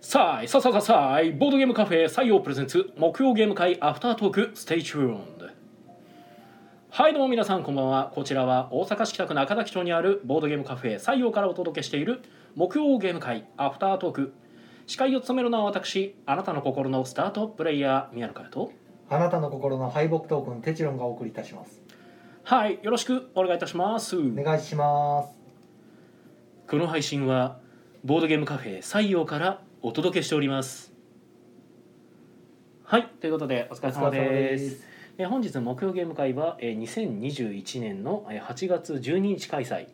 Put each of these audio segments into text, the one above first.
さあ、さあさあさあ、ボードゲームカフェ採用プレゼンツ、木曜ゲーム会アフタートーク、ステイチューンド。はい、どうも皆さん、こんばんは。こちらは大阪市北区中崎町にあるボードゲームカフェ採用からお届けしている木曜ゲーム会アフタートーク。司会を務めるのは私、あなたの心のスタートプレイヤー、宮野佳代と。あなたの心の敗北トークンテチロンがお送りいたします。はい、よろしくお願いいたします。お願いします。この配信はボードゲームカフェ採用からお届けしておりますはいということでお疲れ様ですお疲れ様ですえー本日の木曜ゲーム会はえー2021年のえー8月12日開催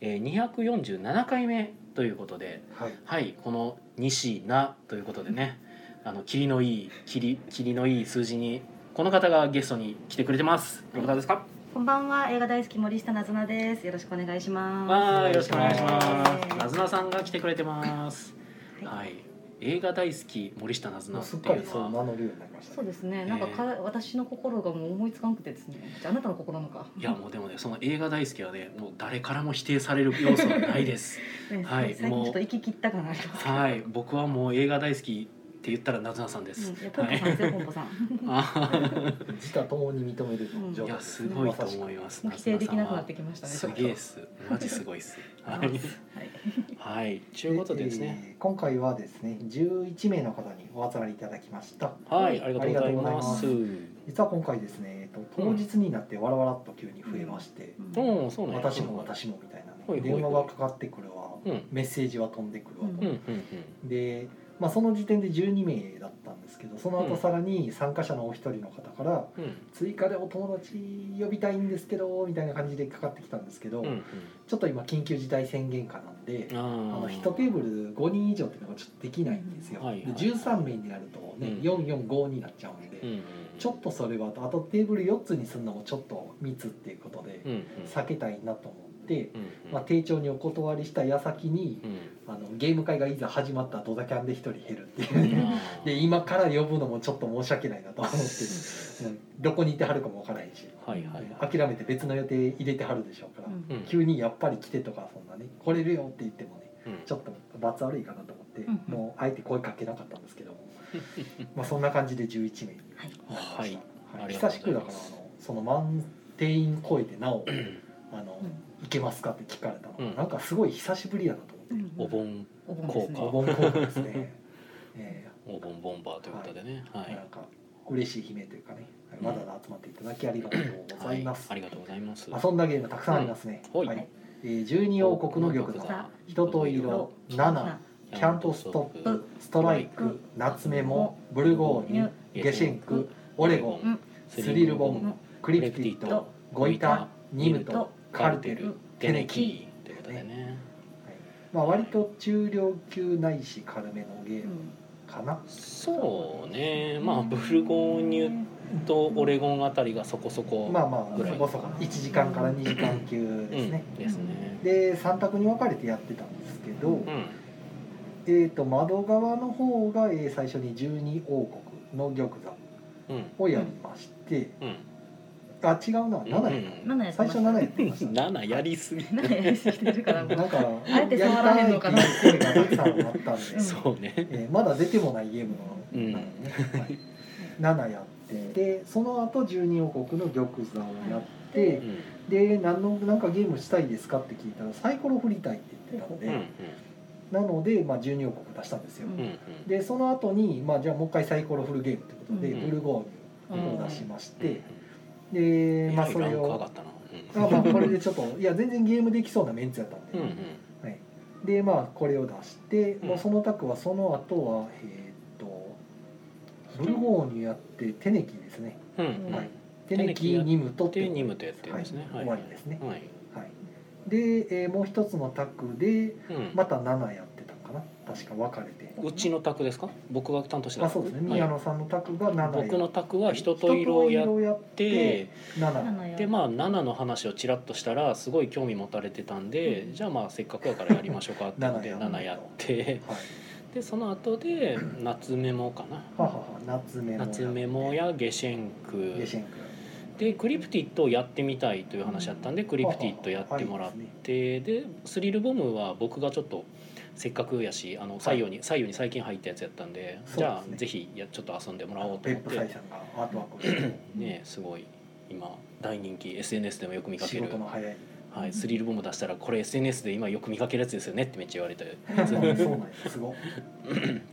えー247回目ということではい。はいこの「西な」ということでねあの霧のいい霧霧のいい数字にこの方がゲストに来てくれてますどなたですかこんばんは、映画大好き森下なずなです。よろしくお願いします。わあ、よろしくお願いしまはす。いなずなさんが来てくれてます。ははい、映画大好き森下なずもなうっすってかいりうそう名のは。乗るようになりましたそね。うですね、なんかか、私の心がもう思いつかんくてですね。じゃあ、あなたの心のか。いやもうでもねその映画大好きはねもう誰からも否定される要素はないです。ねはい最も近うちょっと息切った感があります。はい僕はもう映画大好きって言ったらなずなさんです。うん、いや、ポンポさんですよ、ポンポさん。あ自他ともに認めるうん ー状い態やですね。ごいとま思さしいます。もう否定できなくなってききましたね。すちげょえっっすマジすごいっす。とははい いはいということでですね。えー今回はですね、11名の方にお集まりいただきました。はいありがとうございます。あう実は今回ですね、えっと当日になってわらわらっと急に増えまして、うんんそうなんや私も私もみたいなほいほいほい電話がかかってくるわ、うんメッセージは飛んでくるわと。うんうんうん。で、まあ、その時点で12名だったんですけどそのう後んさらに参加者のお一人の方からうん「追加でお友達呼びたいんですけど」みたいな感じでかかってきたんですけど、うんうん。ちょっと今緊急事態宣言下なんで。ああのの1テーブル5人以上っていうのがちょっとできないんですよ、うんはいはいで13名になるとね、うん445になっちゃうんで、うんうんうん、ちょっとそれはあとあとテーブル4つにするのもちょっと密っていうことでうんうん、避けたいなと思って、うんうんまあ、丁重にお断りした矢先にうんあのゲーム会がいざ始まったらドタキャンで1人減るっていう ねで今から呼ぶのもちょっと申し訳ないなと思って、 うんどこにいてはるかもわからないし、はいはい、諦めて別の予定入れてはるでしょうから、うんうん急に「やっぱり来て」とかそんなね「来れるよ」って言ってもねうんちょっと罰悪いかなと思って、うんもうあえて声かけなかったんですけ どもまあそんな感じで11名になりました、はいありがとうございま久すしくだからあのその満定員超えてなおあの、うんいけますか?」って聞かれたのが、うんなんかすごい久しぶりやなと思って。うんお。盆お盆ですね。こおうか盆効果です ね。えお盆ボンバーということでねはーい、なんか嬉しい悲鳴というかね、わざわざ集まっていただきありがとうございます。ありがとうございます遊んだゲームたくさんありますね。うんはいはい。えー十二王国の玉座、人と色、七、キャントストップ、ストライク、夏メモ、ブルゴーニュ、ゲシンク、オレゴン、スリルボンム、クリプティと、ゴイタ、ニムト、カルテル。はいテネキーということでねまあ割と中量級ないし軽めのゲーうムんかな。そうねまあブルゴーニュとオレゴンあたりがそこそこ、まあまぐあらいそこそこ1時間から2時間級ですね、うん、ですねで3択に分かれてやってたんですけど、うんえー、と窓側の方が、えー最初に12王国の玉座うんをやりまして、うんあ違うな7や、 うん七やってま最す初7やって ましたね7やりすぎ七やりすぎてるから、もう。なんかあえて触らへんのかなやりたいっていう声がたくさんあったんで、うんそうねえーまだ出てもないゲームのなのでね、はい7やってでその後12王国の玉座をやって、ううんで何のなんかゲームしたいですかって聞いたらサイコロ振りたいって言ってたんで、うんなので、まあ、12王国出したんですよ、ううんうんでその後にまあじゃあもう一回サイコロ振るゲームってことで、うんブルゴうーニんュを出しましうんて、で、まあ、それえらいランク上がをったなあまあこれでちょっといや全然ゲームできそうなメンツやったんうで、んうんでまあこれを出して、うんもうそのタクはその後はえーっとブルゴーニュやってテネキーですね、うんうんうんははいいテネキーニムとっっていてう任務とやってますねははいい終わりですねはいはい、で、えーもう一つのタクでうんまた7やってたんかな確か分かれてうちの宅ですか僕が担当してたあそうですねはい宮野さんのタクが7やって僕の宅は人と色をやっ人と色をやって7 7やでまあ7の話をちらっとしたらすごい興味持たれてたんでうんじゃあまあせっかくやからやりましょうかって ことで7 7やってはいでその後で夏メモかなははは夏メモや夏メモやゲシェンクゲシェンクでクリプティットをやってみたいという話だったんでクリプティットやってもらってでスリルボムは僕がちょっとせっかくやしあの左右に、左右に最近入ったやつやったんでそうですねじゃあぜひやちょっと遊んでもらおうとペ思っップサイてさんがアートワークをしてるねすごい今大人気 SNS でもよく見かけ仕る事の早いはい、スリルボム出したらこれ SNS で今よく見かけるやつですよねってめっちゃ言われてそうなんですすごい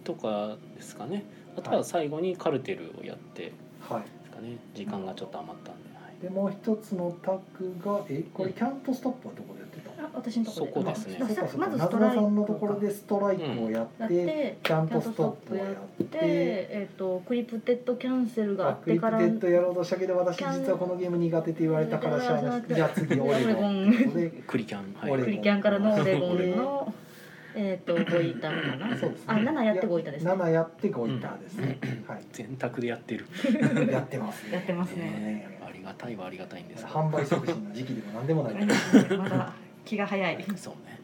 とかですかねあとは最後にカルテルをやってではいすかね時間がちょっと余ったんで、はいでもう一つのタクがえこれキャントストップはどこでやってたのあ私のとこそろうですねあそうかそうかまずなスずトラなイさクんのところでストライクをややっ、っててキャントストップをやってでえっ、とクリプテッドキャンセルがああっクリてプテからッドやろうとしたけど私実はこのゲーム苦手って言われたからしゃあなしじゃあ次オレゴンってことでクリキャン、はオレい、クリキャンからのオレゴンのえっとゴイタかなそうですねあ7やってゴイタですね7やってゴイターですね、全卓でやってる、はいやってますねやってますねねありがたいはありがたいんですが販売促進の時期でも何でもないまだ気が早い そうね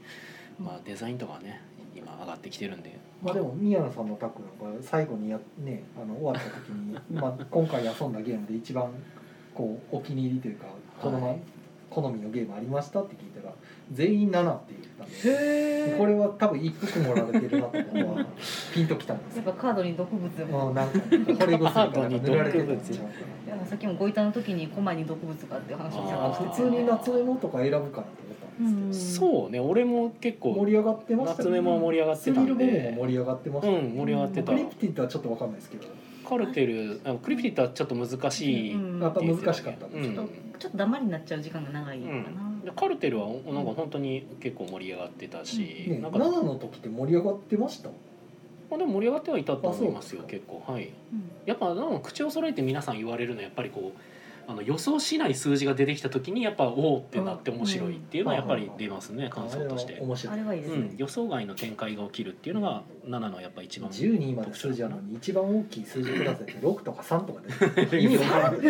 まあデザインとかね今上がってきてるんでまあでも宮野さんのタックなんか最後にやねあの終わった時に、まあ、今回遊んだゲームで一番こうお気に入りというかこの、はい好みのゲームありましたって聞いたら全員7って言ったんでへこれは多分一服もられてるなと思うのはピンときたんですやよっぱカードに毒物ももうなんかこれごすかなんか塗られてるんちゃうかいやさっきもご遺体の時にコマに毒物があっていう話をしたなかあー普通に夏メモとか選ぶかなと思ったんですそうね俺も結けど、盛構り上がってました夏メモは盛り上がってスたリルんボムでも盛り上がってましたうね、ん盛り上がってたクリプティッドはちょっとわかんないですけどカルテルあのクリプティットはちょっと難しい、うんやっぱ難しかったうですちょっんとちょっと黙りになっちゃう時間が長いかな、でカルテルはおなんか本当に結構盛り上がってたし、ねなんか、7まの時って盛り上がってましたあ、でも盛り上がってはいたと思いますよあそう結構はいうんやっぱなんか口を揃えて皆さん言われるのはやっぱりこうあの予想しない数字が出てきた時にやっぱおおってなって面白いっていうのはやっぱり出ますね感想としあてれは、面白あいれはいいでうすねん、、予想外の展開が起きるっていうのが7のやっぱ一番10人今の数字なのに一番大きい数字くださいって6とか3とか出てる意味わからない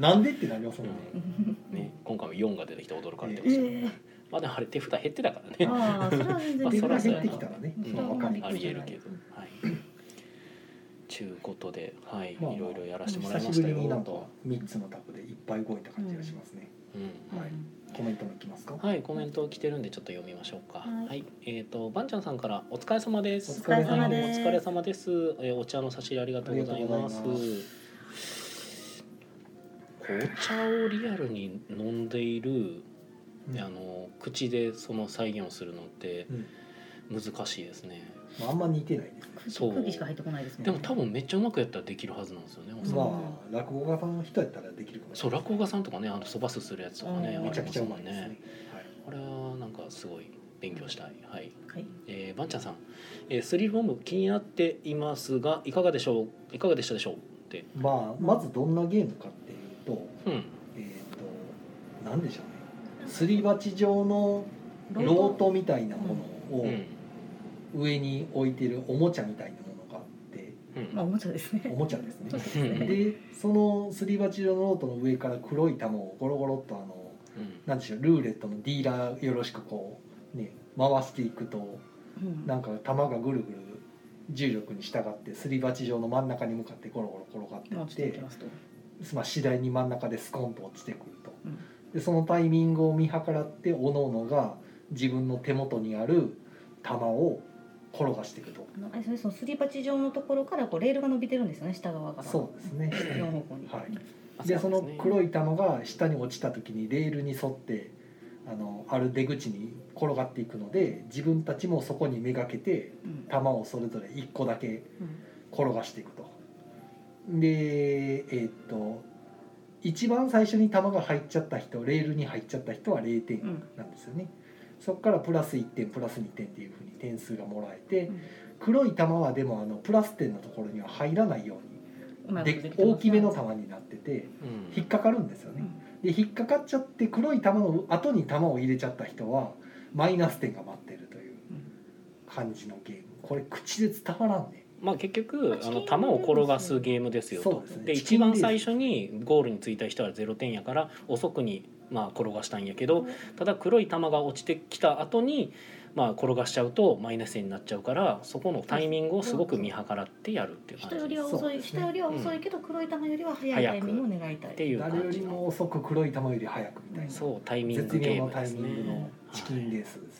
なんでってなりますもんね、ね今回も4が出てきて驚かれてまえした、ー、まあでもあれ手札減ってたからねああそれは全然手まがあそ減らってきたらね、うんまあわかんないあうんりえるけど、はい。ちゅうことで、はい、まあいろいろやらせてもら久いしましたぶりよになんかと、 3つのタブでいっぱい動いた感じがしますね、うん。はいコメントもいきますか、はい、コメント来てるんでちょっと読みましょうか。は、はいいえっ、とバンちゃんさんからお疲れ様です。お疲れ様ではすいお疲れ様です。えーお茶の差し入れありがとうございますありがとうござい。紅茶をリアルに飲んでいる、うんあの口でその再現をするのってうん難しいですね。まあ、あんま似てないですねそう空気しか入ってこないですもんでも多分めっちゃうまくやったらできるはずなんですよね。おそらくうんまあ落語家さんの人やったらできるかもしそれうない落語家さんとかねあのそばすするやつとかね、うんあめちりゃくまちすゃうもまいんですねねこれはなんかすごい勉強したいはい、はい、えー、ばんちゃんさん、えー、スリルボム気になっていますがいかがでしょういかがでしたでしょうってはいまあ、まずどんなゲームかっていうとうんえっ、となんでしょうねすり鉢状のロローートトみたいなものうをん上に置いてるおもちゃみたいなものがあってうんまあおもちゃですおねもちゃですねうんでそのすり鉢状のロートの上から黒い球をゴロゴロっとあのうんなんでしょうルーレットのディーラーよろしくこうね回していくとうんなんか球がぐるぐる重力に従ってすり鉢状の真ん中に向かってゴロゴロ転まがあっ落てちっていきてますと、まあ次第に真ん中でスコンと落ちてくるとうんでそのタイミングを見計らっておのおのが自分の手元にある球を転がしていくとあのあれそれそのすり鉢状のところからこうレールが伸びてるんですよね下側からそうですね四方向に、はいあでそうのですね黒い球が下に落ちた時にレールに沿ってあのある出口に転がっていくので自分たちもそこにめがけてうん球をそれぞれ1個だけうん転がしていくと。でえーっと一番最初に球が入っちゃった人レールに入っちゃった人は0点うんなんですよね。そこからプラス1点プラス2点っていうふうに点数がもらえてうん黒い球はでもあのプラス点のところには入らないよううまにいことでできてますね大きめの球になっててうん引っかかるんですよね。で引っかかっちゃって黒い球の後に球を入れちゃった人はマイナス点が待ってるという感じのゲームこれ口で伝わらんねまあ結局あの球を転がすゲームですよそとうですねで一番最初にゴールについた人は0点やから遅くにまあ転がしたんやけどただ黒い球が落ちてきた後にまあ、転がしちゃうとマイナスになっちゃうからそこのタイミングをすごく見計らってやるっていう人よ感りじは遅そうい、です人ねよりは遅いけど黒い玉よりは早いタイミングを狙いたいっていう誰よ感りじも遅く黒い球より早くみたいなそうタイミン絶グゲ妙ーのムタでイすミングねのチキンレースですよね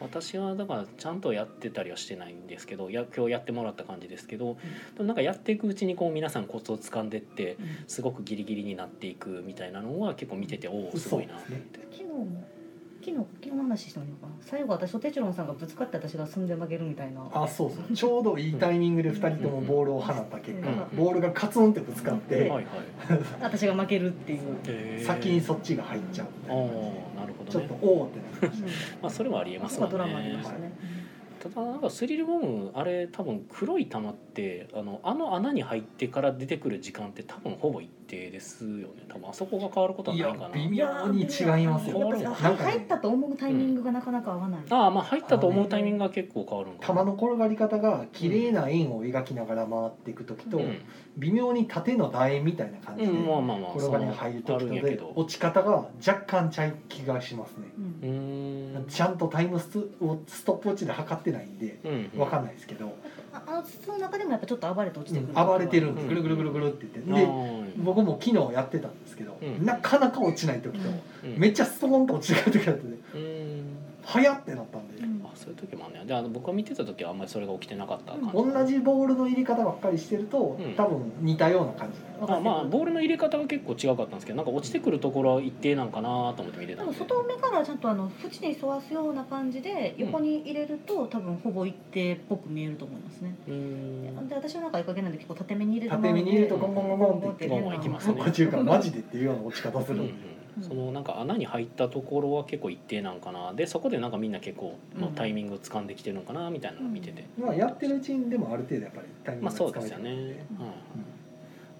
私はだからちゃんとやってたりはしてないんですけどいや今日やってもらった感じですけど、でもなんかやっていくうちにこう皆さんコツをつかんでってうんすごくギリギリになっていくみたいなのは結構見てておおすごいなと思って。昨日も昨日昨日の話してもいいのかな最後私とテチロンさんがぶつかって私が寸で曲げるみたいなあそうそうちょうどいいタイミングで2人ともボールを放った結果、うんボールがカツンってぶつかっはいて、はい私が負けるっていう、へー先にそっちが入っちゃうみああたいな感じでなるほちどょっねと。おおってなりましうまあそれはありえん、あますそもこんはドラマありねまし。たね、ただなんかスリルボムあれ多分黒い玉ってあのあの穴に入ってから出てくる時間って多分ほぼ一定ですよね。多分あそこが変わることはたいないやかな。微妙に違います変よわるやっぱなんかね入ったと思うタイミングがなかなか合わない、ああまあ入ったと思うタイミングが結構変わるの球かな。の転がり方が綺麗な円を描きながら回っていく時と、うん微妙に縦の楕円みたいな感じでうん、まあまあまあ転がりが入る時そのとあるんやけでど落ち方が若干ちゃい気がしますねうんうーんちゃんとタイムスをストップウォッチで測ってないんでうん分かんないですけど、ああの筒の中でもやっぱちょっと暴れて落ちてくる、暴れてるんでうんすぐるぐるぐるぐるって言ってないで僕も昨日やってたんですけど、うんなかなか落ちない時と、うんめっちゃストーンと落ちてくる時だったんでうん早ってなったんで、うんあそういう時もあるねであの僕が見てた時はあんまりそれが起きてなかった感じ、う同じボールの入れ方ばっかりしてると、うん多分似たような感じになりますまあまあボールの入れ方は結構違かったんですけどなんか落ちてくるところは一定なんかなと思って見てでたもんで外目からちゃんとあの縁に沿わすような感じでうん横に入れると、多分ほぼ一定っぽく見えると思いますね。うーんで私の中いい加減なんで結構縦目に入れて縦目に入れるとゴゴンンゴゴンンゴンゴンゴゴンンっっててゴンゴン行きますそねこ中間マジでっていうような落ち方すうるんんうんで、そのなんか穴に入ったところは結構一定なんかなでそこでなんかみんな結構のタイミングを掴んできてるのかなみたいなのを見てて、まあ、やってるうちにでもある程度やっぱりタイミングまあがつそかうめてですよるんでね、うんはい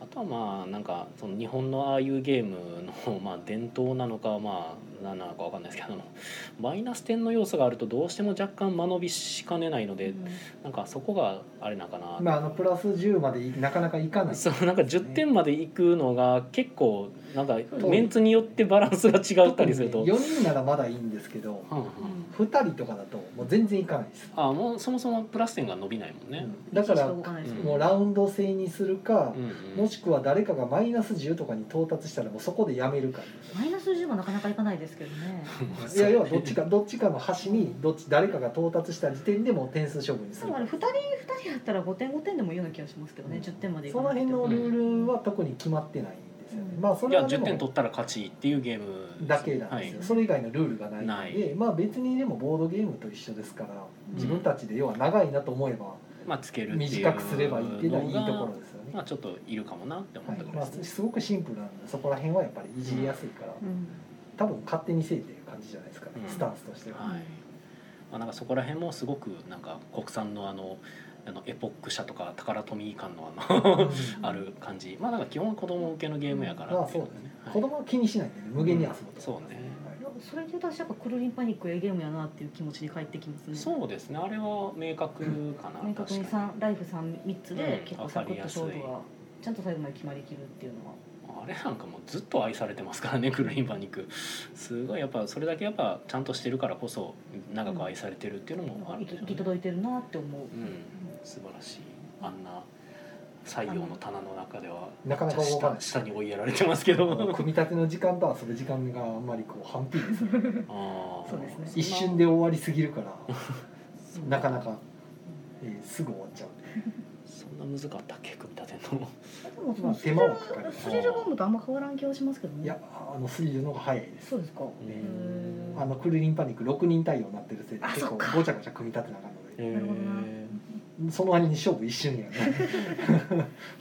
あとはまあなんかその日本のああいうゲームの まあ伝統なのかまあ何なのかわかんないですけどあのマイナス点の要素があるとどうしても若干間延びしかねないのでなんかそこがあれなんかな、まあ、あのプラス10までいなかなかいかないそうなんか10点までいくのが結構なんかうんメンツによってバランスが違ったりすると、 4人ならまだいいんですけどうんうん2人とかだともう全然いかないです、あもうそもそもプラス点が伸びないもんね、うんだから動かないですうんもうラウンド制にするかうん、うんもしくは誰かがマイナス10とかに到達したらもうそこでやめるかマイナス10はなかなかいかないですけどね。いや要はどっ ちかどっちかの端にどっち誰かが到達した時点でもう点数勝負にす多る分あれ二人二人やったら5点5点でもいいような気がしますけどね。10点までいその辺のルルールは特に決まってないんですよね、うんまあそいれやはで10も点取ったら勝ちっていうゲームですねだけなんですよ、はいそれ以外のルールがないなのでいまあ別にでもボードゲームと一緒ですからん自分たちで要は長いなと思えばまあつけるっていう短くすればいいっていうのはいいとこのがろですよね、まあちょっといるかもなって思はったいぐまらあいです、ねすごくシンプルなんでそこら辺はやっぱりいじりやすいから、うん多分勝手にせいてる感じじゃないですかね、うんスタンスとしては、はいまあ、なんかそこら辺もすごくなんか国産のあのあのエポック社とか宝富感のあ のある感じまあなんか基本子供向けのゲームやからまあっていそううでのすでねね、はい子供は気にしないんでね無限に遊ぶうんとそう思います、ねはいそれで私やっぱクルリンパニックええゲームやなっていう気持ちに帰ってきますね。そうですねあれは明確かな、明確確にかに三ライフ三三つでうん結構サクッと勝負わかりやすいがちゃんと最後まで決まりきるっていうのは。あれなんかもうずっと愛されてますからねク ルインパニックすごいやっぱそれだけやっぱちゃんとしてるからこそ長く愛されてるっていうのもある行でしょうき行ねき届いてるなって思う。うん、素晴らしいあんな採用の棚の中ではなかなか動かない下下に追いやられてますけ ど組み立ての時間と遊ぶ時間があんまりこう反比例するあーそうですね一瞬で終わりすぎるからなかなか、えーすぐ終わっちゃうそんな難かったっけ組み立てのでもそまのあスリ手ル間はかかるスリルボムとあんま変わらん気はしますけどね。いやあのスリルの方が早いですそうですか。んへーあのクルリンパニック6人対応になってるせいであ結そ構っかごちゃごちゃ組み立てなかったのるほどなえでその割に勝負一瞬やね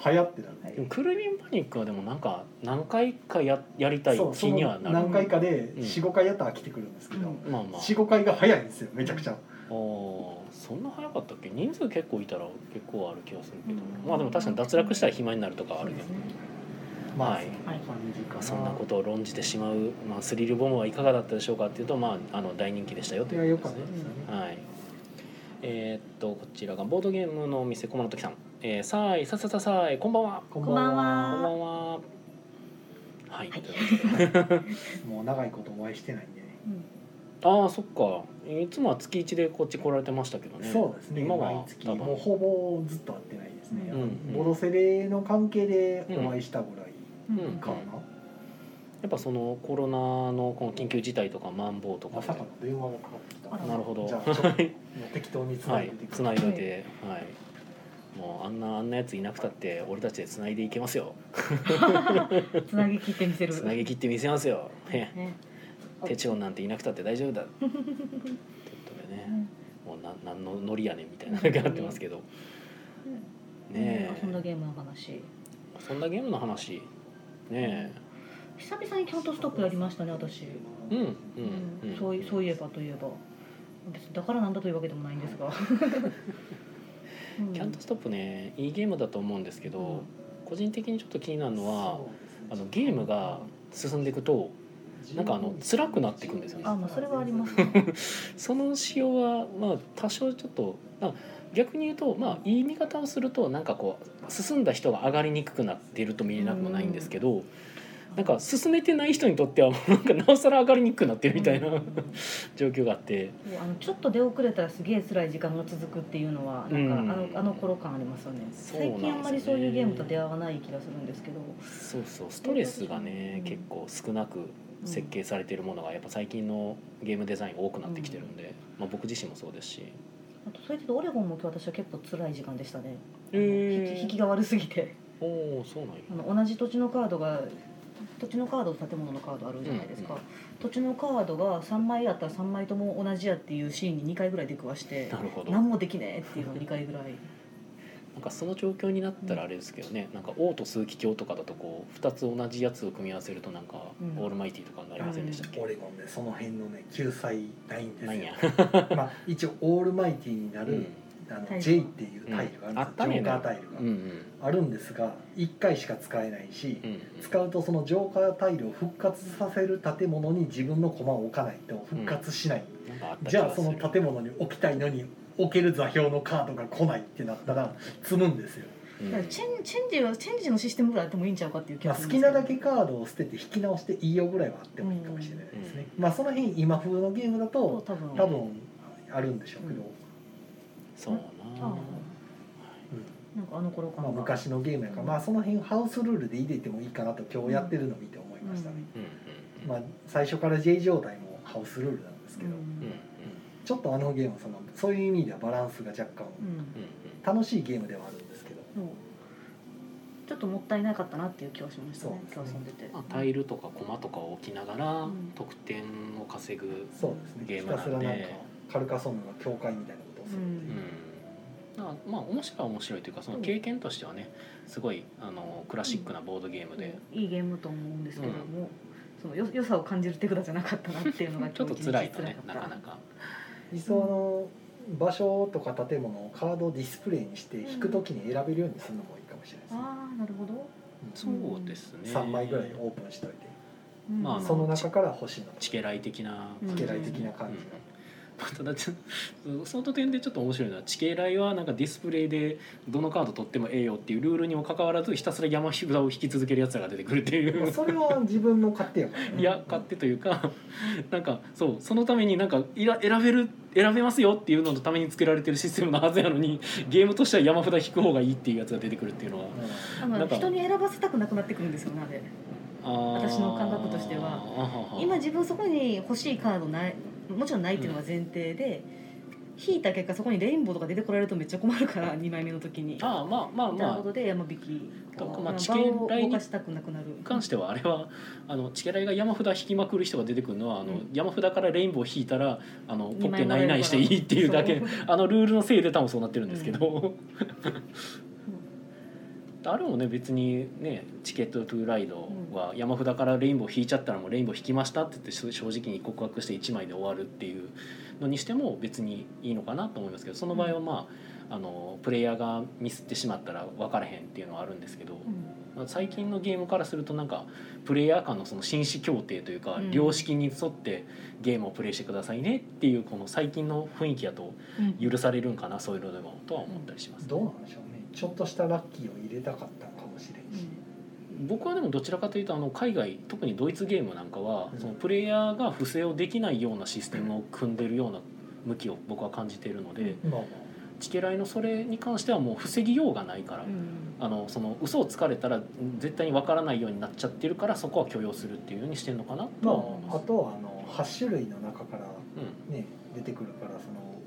流行ってたはねーでもクルミンパニックはでもなんか何回かややりたいそうそ気のにはなる何回かでうん45回やったら飽きてくるんですけど、うんまあまあ45回が早いんですよめちゃくちゃおそんな早かったっけ人数結構いたら結構ある気がするけど、うんまあでも確かに脱落したら暇になるとかあそうるでけどすね。まあ、はいそんな感じかまなあそんなことを論じてしまう、まあ、スリルボムはいかがだったでしょうかっていうと、まあ、あの大人気でしたよといやい良うこかとったですですね。よね、はいえーっとこちらがボードゲームのお店駒の時さん、えー、さあいさあさあさあさあいこんばんはこんばんはこんばんははい、はいということでもう長いことお会いしてないんでねうんああそっかいつもは月1でこっち来られてましたけどねそうですね今毎は月多もう分ほぼずっと会ってないですね、うんうんボドセレの関係でお会いしたぐらいうんかな、やっぱそのコロナのこの緊急事態とかマンボウとかまでさかの電話がかかってきたあらなるほどじゃあちょっと適当につなはいいでて、繋いどいて、はい。もうあんなあんなやついなくたって俺たちで繋いでいけますよ。つなぎ切ってみせる繋ぎ切ってみせますよ。ね、ね手帳なんていなくたって大丈夫だ。ということでね、もうなんなんのノリやねんみたいなのがなってますけど、ね遊んだえ、ゲームの話そんなゲームの話、ね久々にキャントストップやりましたね私、え、うんううんんうん、そういそういいうえばといえば別にだからなんだというわけでもないんですが、う んキャントストップね、いいゲームだと思うんですけど、うん個人的にちょっと気になるのは、あのゲームが進んでいくとなんかあの辛くなっていくんですよねあまあそれはありますねその仕様はまあ多少ちょっとまあ逆に言うとまあいい見方をするとなんかこう進んだ人が上がりにくくなっていると見えなくもないんですけどなんか進めてない人にとってはもうなんかなおさら上がりにくくなってるみたいな状況があってあのちょっと出遅れたらすげえ辛い時間が続くっていうのはなんかあの,、うんあの頃感ありますよねそうなん最ですね近あんまりそういうゲームと出会わない気がするんですけど、そうそうストレスがね結構少なくうん設計されているものがやっぱ最近のゲームデザイン多くなってきてるんで、まあ、僕自身もそうですし。あとそれで言うとオレゴンも今日私は結構辛い時間でしたね、え引き引きが悪すぎておおそうなんやあの同じ土地のカードが土地のカードと建物のカードあるじゃないですか、うん土地のカードが3枚あったら3枚とも同じやっていうシーンに2回ぐらい出くわしてなるほど何もできねえっていうのを2回ぐらいなんかその状況になったらあれですけどね、なんか王と枢機卿とかだとこう2つ同じやつを組み合わせるとなんかうんオールマイティとかになりませんでしたっけ、オレゴンでその辺のね救済ないんですよなんや、 まあ、一応オールマイティになうる、ん、あタイのル J っていうタイルがあるんですよ、うんあったねジョーカータイルが、うんうんあるんですが1回しか使えないし、うん使うとそのジョーカータイルを復活させる建物に自分の駒を置かないと復活しない、なんかあった気じゃがあすそるの建物に置きたいのに置ける座標のカードが来ないってなったら積むんですよ、うんだからチェンチェンジはチェンジのシステムぐらいあってもいいんちゃうかっていう気まあ、がす好るんきですけなどだけカードを捨てて引き直していいよぐらいはあってもいいかもしれないですね、まあその辺今風のゲームだそうと多分多分あるんでしょうけど、そうなあああなんかあの頃かまらあ、昔のゲームやから、まあ、その辺ハウスルールで入れてもいいかなと今日やってるのを見て思いましたね、うんうんうんまあ、最初から J 状態もハウスルールなんですけど、うんうんちょっとあのゲームはそのそういう意味ではバランスが若干うんううんん楽しいゲームではあるんですけどそうちょっともったいなかったなっていう気はしましたねそう今で日すね遊んでて、まあ、タイルとか駒とかを置きながらうん得点を稼ぐ、そうですねゲーひムたなすんらなんかでカルカソンヌが教会みたいなことをするってういんう、まあまあ面白いは面白いというかその経験としてはねすごいあのクラシックなボードゲームで、いいゲームと思うんですけども、そのよ良さを感じる手札じゃなかったなっていうのが ちょっと辛いとねな今日一日辛かったなか。理想の場所とか建物をカードディスプレイにして引くときに選べるようにするのもいいかもしれないですね、ああなるほど、そうですね。 3枚ぐらいオープンしといてうんまああその中から欲しいのチケライ的な。うんつけらい的なう感んじが、ただちょその点でちょっと面白いのは地形来はなんかディスプレイでどのカード取ってもええよっていうルールにもかかわらずひたすら山札を引き続けるやつらが出てくるってい まあうそれは自分の勝手やからねいや勝手というかなんかそうそのためになんかいら選べる選べますよっていうののために作られてるシステムのはずやのにゲームとしては山札引く方がいいっていうやつが出てくるっていうのはうあのなんか人に選ばせたくなくなってくるんですよねあれあー私の感覚としてはあはは今自分そこに欲しいカードないもちろんないっていうのが前提で、引いた結果そこにレインボーとか出てこられるとめっちゃ困るから2枚目の時にあーまあまあみたいまなこあとで山引きとかまあまあ地場形をライン動にかしたくなくなるに関してはあれはあのチケライが山札引きまくる人が出てくるのはあの、うん山札からレインボー引いたらあのポッ二ケ枚もならえいるからないしていいっていうだけそうあのルールのせいで多分そうなってるんですけど、 あれもね別にねチケットトゥーライドは山札からレインボー引いちゃったらもうレインボー引きましたって言って正正直に告白して1枚で終わるっていうのにしても別にいいのかなと思いますけどその場合はまあ,、あのプレイヤーがミスってしまったら分からへんっていうのはあるんですけど。うんまあ最近のゲームからするとなんかプレイヤー間のその紳士協定というか、うん良識に沿ってゲームをプレイしてくださいねっていうこの最近の雰囲気やと許されるんかなそういうのでもとは思ったりします、んどうなんでしょうねちょっとしたラッキーを入れたかったのかもしれんし、うん僕はでもどちらかというとあの海外特にドイツゲームなんかは、うんそのプレイヤーが不正をできないようなシステムを組んでるような向きを僕は感じているので、まあチケライのそれに関してはもう防ぎようがないから、うんあのその嘘をつかれたら絶対にわからないようになっちゃってるからそこは許容するっていうようにしてるのかなとまはあ思いまあす。とはあの8種類の中からね出てくるからその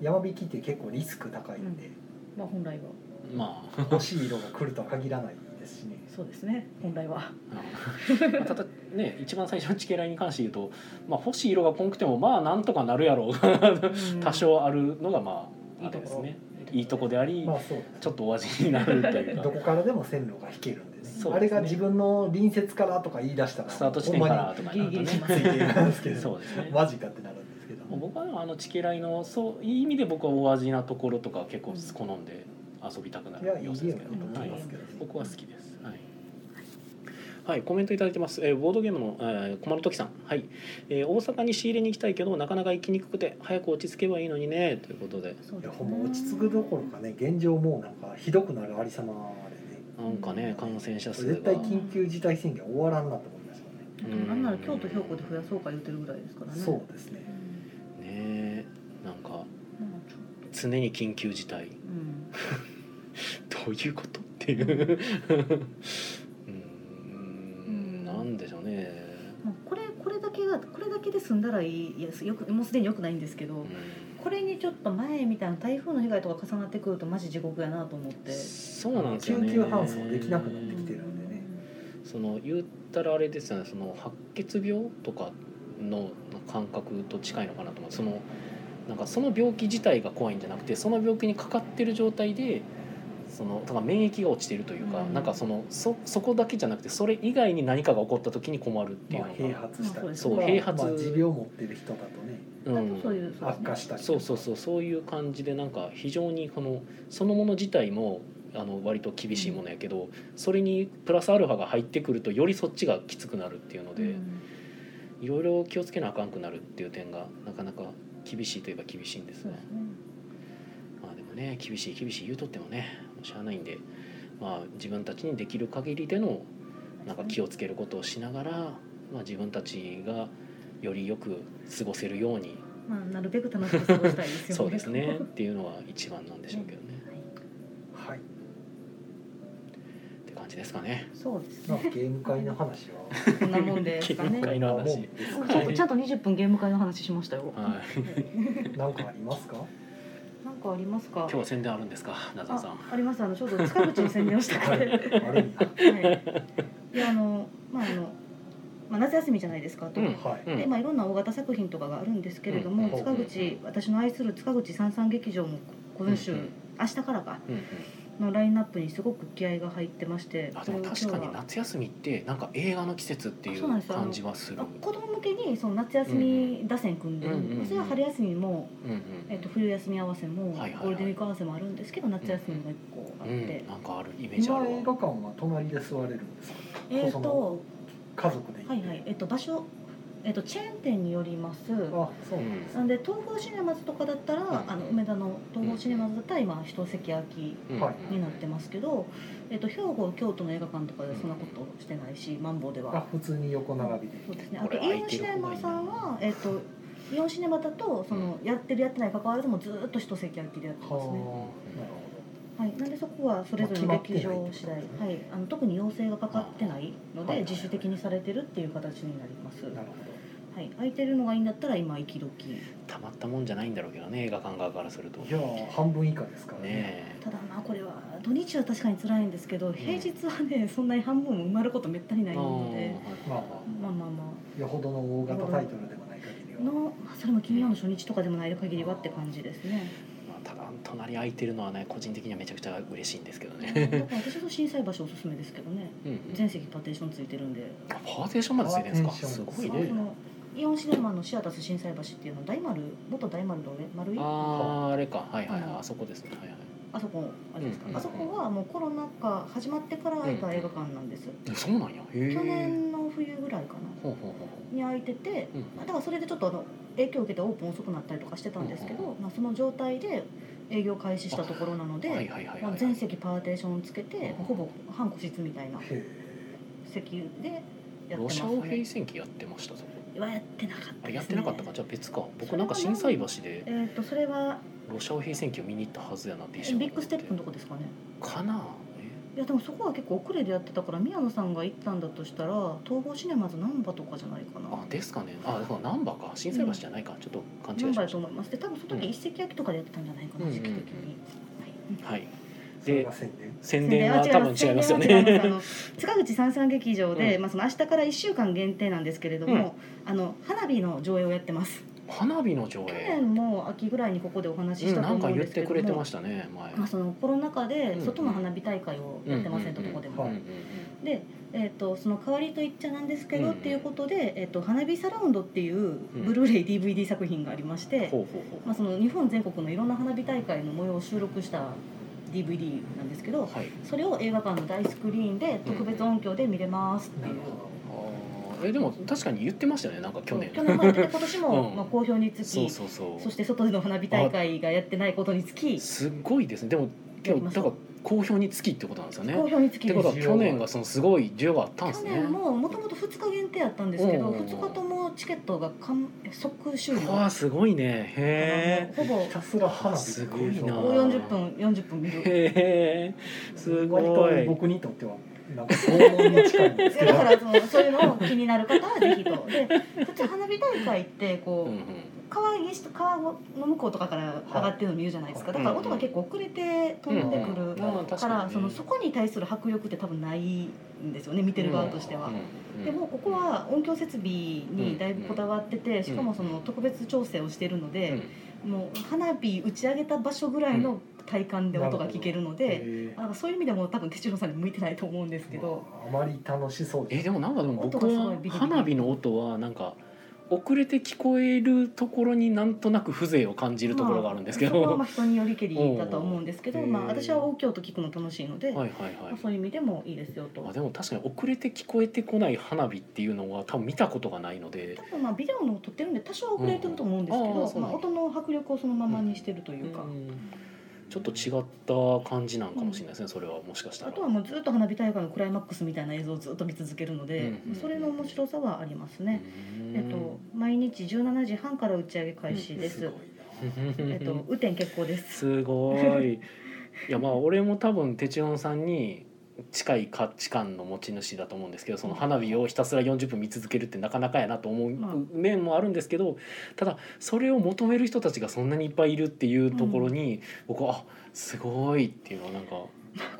山引きって結構リスク高いんで、まあ本来はうん、まあ欲しい色が来るとは限らないですし ねそうですね本来はまあただね一番最初のチケライに関して言うと、まあ、欲しい色がこんくてもまあなんとかなるやろうが 多少あるのがまああれですねいいとこであり、まあそうちょっとお味になるというどかこからでも線路が引けるんで,、ねそうですねあれが自分の隣接からとか言い出したらスタート地点からとかになるとギリギリしまねすほんまについていかんですけど そうですねマジかってなるんですけど、僕はあのチケライのそういい意味で僕はお味なところとか結構好んで遊びたくなるいやいいゲ要素ですーけどムだと思いはまいすけど、ね僕は好きです。はい。はい、コメントいただいてます。えーボードゲームの、えー、駒の時さん、はい、えー大阪に仕入れに行きたいけどなかなか行きにくくて早く落ち着けばいいのにねということで、そういでやすほねんま落ち着くどころかね現状もうなんかひどくなるありさまでねなんかね感染者数が絶対緊急事態宣言終わらんなと思いましたねでもなんなら京都兵庫で増やそうか言ってるぐらいですからねそうですうねんねえなんかまあちょっと常に緊急事態 うんどういうことっていう。 うーんなんでしょうね。まあこれこれだけがこれだけで済んだらいいいやよくもうすでによくないんですけど、うんこれにちょっと前みたいな台風の被害とか重なってくるとマジ地獄やなと思ってそうなんですよね。緊急搬送できなくなってきてるんでねその言ったらあれですよねその白血病とかの感覚と近いのかなと思うそのなんかその病気自体が怖いんじゃなくてその病気にかかってる状態でそのとか免疫が落ちてるというか、うんなんかそのそそこだけじゃなくてそれ以外に何かが起こった時に困るっていうまのあが、併発したりそう併発まあ、持病持ってる人だとねうん、そういう悪化したりそうそうそうそういう感じでなんか非常にこのそのもの自体もあの割と厳しいものやけど、それにプラスアルファが入ってくるとよりそっちがきつくなるっていうので、うんいろいろ気をつけなあかんくなるっていう点がなかなか厳しいといえば厳しいんですそうが、ですねまあでもね厳しい厳しい言うとってもねもうしゃあないんで、まあ、自分たちにできる限りでのなんか気をつけることをしながら、まあ、自分たちがよりよく過ごせるようにまあなるべく楽しく過ごしたいですよねそうですね っていうのは一番なんでしょうけどね。はいって感じですかね。そうですまあねゲーム会の話はこんなもんで すかねゲーム会の話もうそうちゃんとちゃんと20分ゲーム会の話しましたよ、はい、なんかあり ますかなんかありますか今日は宣伝あるんですか、なざさあん。ありますあのちょうど近口に宣伝をした かあらるあるんやはい、いやあのまああの、まあ、夏休みじゃないですかと、うんはい、うんでまあ、いろんな大型作品とかがあるんですけれども、うん塚口私の愛する塚口三三劇場も今週、うんうん明日からかうんうんのラインナップにすごく気合が入ってましてあでもこれを今日確はかに夏休みってなんか映画の季節っていあそうなんうですよあの感じはする。あ子供向けにその夏休み打線組んでる、うんうんうんうんそれは春休みも、うんうんえっと冬休み合わせも、はいはいはいゴールデンウィーク合わせもあるんですけど夏休みが一個あっうて、ん、なんかあるイメージあ今る映画わ。館は隣で座れるんですかえっ、そとの家族で行ってはいはいえっ、と場所えっ、とチェーン店によりますあそううなんんですなんで東方シネマズとかだったら、んあの梅田の東方シネマズだったら今一席空きうんはいになってますけど、えっと、兵庫京都の映画館とかでそんなことしてないし、マンボウであは普通に横並びでそうですねあことれイオンシネマさんは、えっと、イオンシネマだとそのやってるやってない関わらずもずっと一席空きでやってはあますね、なるほどはい、なんでそこはそれぞれの劇場次第、まあは決まってないい、あの特に要請がかかってないのあはいで自主的にされてるっていう形になります、なるほはい、空いてるのがいいんだったら今行き時たまったもんじゃないんだろうけどね、映画館側からすると。どいねやー半分以下ですからねえ。ただまあこれは土日は確かに辛いんですけど平日はねそんなに半分も埋まることめったにないのであーまあはいままあまあまあよほどの大型タイトルでもない限りあはのまあそれも金曜の初日とかでもない限りはって感じですねまあただ隣空いてるのはね、個人的にはめちゃくちゃ嬉しいんですけどだね。から私は震災橋おすすめですけどねうんうん全席パーテーションついてるんであパーテーションまでついてるんですか。すパごーテいーションねそ。のイオンシネマのシアタス震災橋っていうの大丸元大丸の上丸いあああ、あれか、はいはいはい、うんあそこですね。はいはい。そこあれですうんかあそこはもうコロナ禍始まってから開いた映画館なんですえそうなんや。へえ。去年の冬ぐらいかなほうほうほうほに開いててう。うんまあだからそれでちょっとあの影響を受けてオープン遅くなったりとかしてたんですけど、うんまあ、その状態で営業開始したところなので、はいはいはいはい。まあ、全席パーテーションつけて、うんほぼ半個室みたいなへ席でやってロますシアオね平戦記やってましたぞはやってなかったあです、ね、やってなかったかじゃあ別か僕なんか心斎橋でえっ、とそれはロシアオ平戦記を見に行ったはずやなってビ一瞬ッグステップの思とこですかねってかないやでもそこは結構遅れでやってたから宮野さんが行ったんだとしたら東宝シネマズ難波とかじゃないかなあですかねあでも難波か心斎橋じゃないか、ちょっと勘違い難し波まだしと思いますで多分その時一席焼きとかでやってたんじゃないかな、うん時期的うんうんに、はいたはいすみませんね宣伝は多分違いますよ宣伝は違いねますあの塚口三三劇場で、うまあ、その明日から1週間限定なんですけれども、あの花火の上映をやってます 花火の上去映年も秋ぐらいにここでお話ししうたん、となん思かうん言っですけてども、くれてましたね前、まあ、そのコロナ禍うでん外の花火大会をやってますね、うんどこでうも、んうんで、えー、とその代わりと言っちゃなんですけど、うんっていうことで、えー、と花火サラウンドっていうブルーレイ DVD 作品がありましうて、ん、ほうほうほう、まあ、その日本全国のいろんな花火大会の模様を収録した DVD なんですけどはいそれを映画館の大スクリーンで特別音響で見れますってないうる。ほあーえでも確かに言ってましたよねなんか去年去年もやってて今年もうんまあ好評につき、そうそうそうそして外での花火大会がやってないことにつきすっごいですねでもでもやりまだしょかうら好評につきってことなんですよね好評につってきでことはす。去年がそのすごい需要があったんで去すね年ももともと2日限定やったんですけどうんうんうん2日ともチケットが完即終了わあすごいねへほぼどひたすら花火すごいなほぼ40分40分見えるへえすごい割と僕にとってはなんか拷問に近いんですけいやだどからそのそういうのを気になる方はぜひとで普通花火大会ってこう、うんうん川岸と川の向こうとかから上がってるの見るじゃないですか、はいだから音が結構遅れて飛んでくる、うんうんまあ確かからにそのねそこに対する迫力って多分ないんですよね見てる側としては。うんうんでもここは音響設備にだいぶこだわっててしかもその特別調整をしてるのうんでもう花火打ち上げた場所ぐらいの体感で音が聞けるのでえあそういう意味でも多分手代さんに向いてないと思うんですけどあまり楽しそうえですでもなんかでも僕音がすごはいビリビリ花火の音はなんか遅れて聞こえるところになんとなく風情を感じるところがあるんですけまあそこはど、まあ人によりけりだとは思うんですけど、おうまあ、へえ私は音響と聞くの楽しいので、 はいはいはまあ、いそういう意味でもいいですよとあ。でも確かに遅れて聞こえてこない花火っていうのは多分見たことがないので多分まあビデオの撮ってるんで多少遅れてると思うんですけうんああど、そうなんまあ、だ音の迫力をそのままにしてるというか、うんちょっと違った感じなんかもしれないですね、それはもしかしたあらとはもうずっと花火大会のクライマックスみたいな映像をずっと見続けるので、うんそれの面白さはありますね、うんえっと、毎日17時半から打ち上げ開始です、すごいえっと、雨天決行ですすごいいやまあ俺も多分テチロンさんに近い価値観の持ち主だと思うんですけどその花火をひたすら40分見続けるってなかなかやなと思まあう面もあるんですけどただそれを求める人たちがそんなにいっぱいいるっていうところに僕はあすごいっていうのはなんか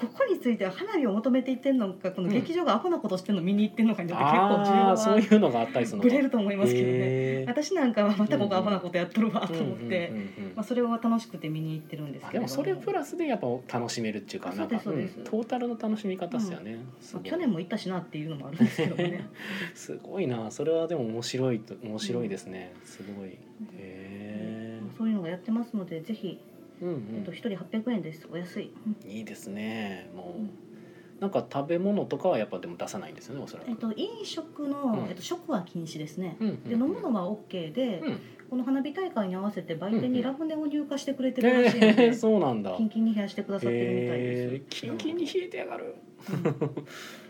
ここについては花火を求めていってんのかこの劇場がアホなことしてんの見に行ってんのかによって結構重ああーそう要いうのがあったりするはのぶれると思いますけど ねへー私なんかはまたここアホなことやっとるわと思っうんうて、んうんうんまあ、それは楽しくて見に行ってるんですあでけれどもそれプラスでやっぱ楽しめるっていうかあなんかそうですそううでんすトータルの楽しみ方っすよね、すまごあい去年も行ったしなっていうのもあるんですけどもねすごいなそれはでも面白いと面白いですね、すごいへえまあ、そういうのがやってますのでぜひ、うんうえっと、1ん人800円ですお安い、うんいいですねもう、うんなんか食べ物とかはやっぱでも出さないんですよねおそらく、えっと、飲食の、うんえっと、食は禁止ですね、うんうんで飲むのは OK で、うんこの花火大会に合わせて売う店んうんにラムネを入荷してくれてるらしいので、えー、そうなんだキンキンに冷やしてくださってるみたいでえす、ー、キンキンに冷えてやがる うん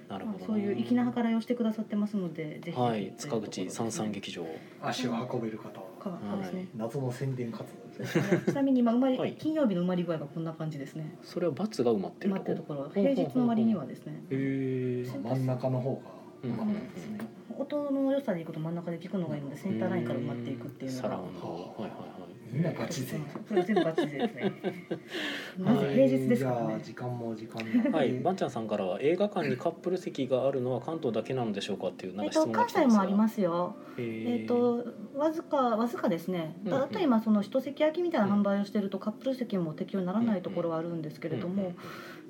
なるまほあど、そういう粋な計らいをしてくださってますのでぜひはい塚口さ三んさ三ん劇場足を運べる方はかかですね、謎の宣伝活動ですねちなみに今埋まり、はい金曜日の埋まり具合がこんな感じですねそれは罰が埋まってる埋まとっこてるところは平日の割にはですねへえそう真ん中の方がうまくなりますね音の良さでいくと真ん中で聞くのがいいのでセンターラインから埋まっていくっていうのサラがウンドはいはいはいみんなガチ勢これ全部ガチ勢ですねまず平日ですからじゃあね時間も時間なので はい、ばんちゃんさんからは映画館にカップル席があるのは関東だけなのでしょうかっていうなえんっか質と、問が関来て西ますがもありますよ、えーえっと、わずかわずかですね、うんうんあと今その一席空きみたいな販売をしてるとカップル席も適用にならないところはあるんですけれども、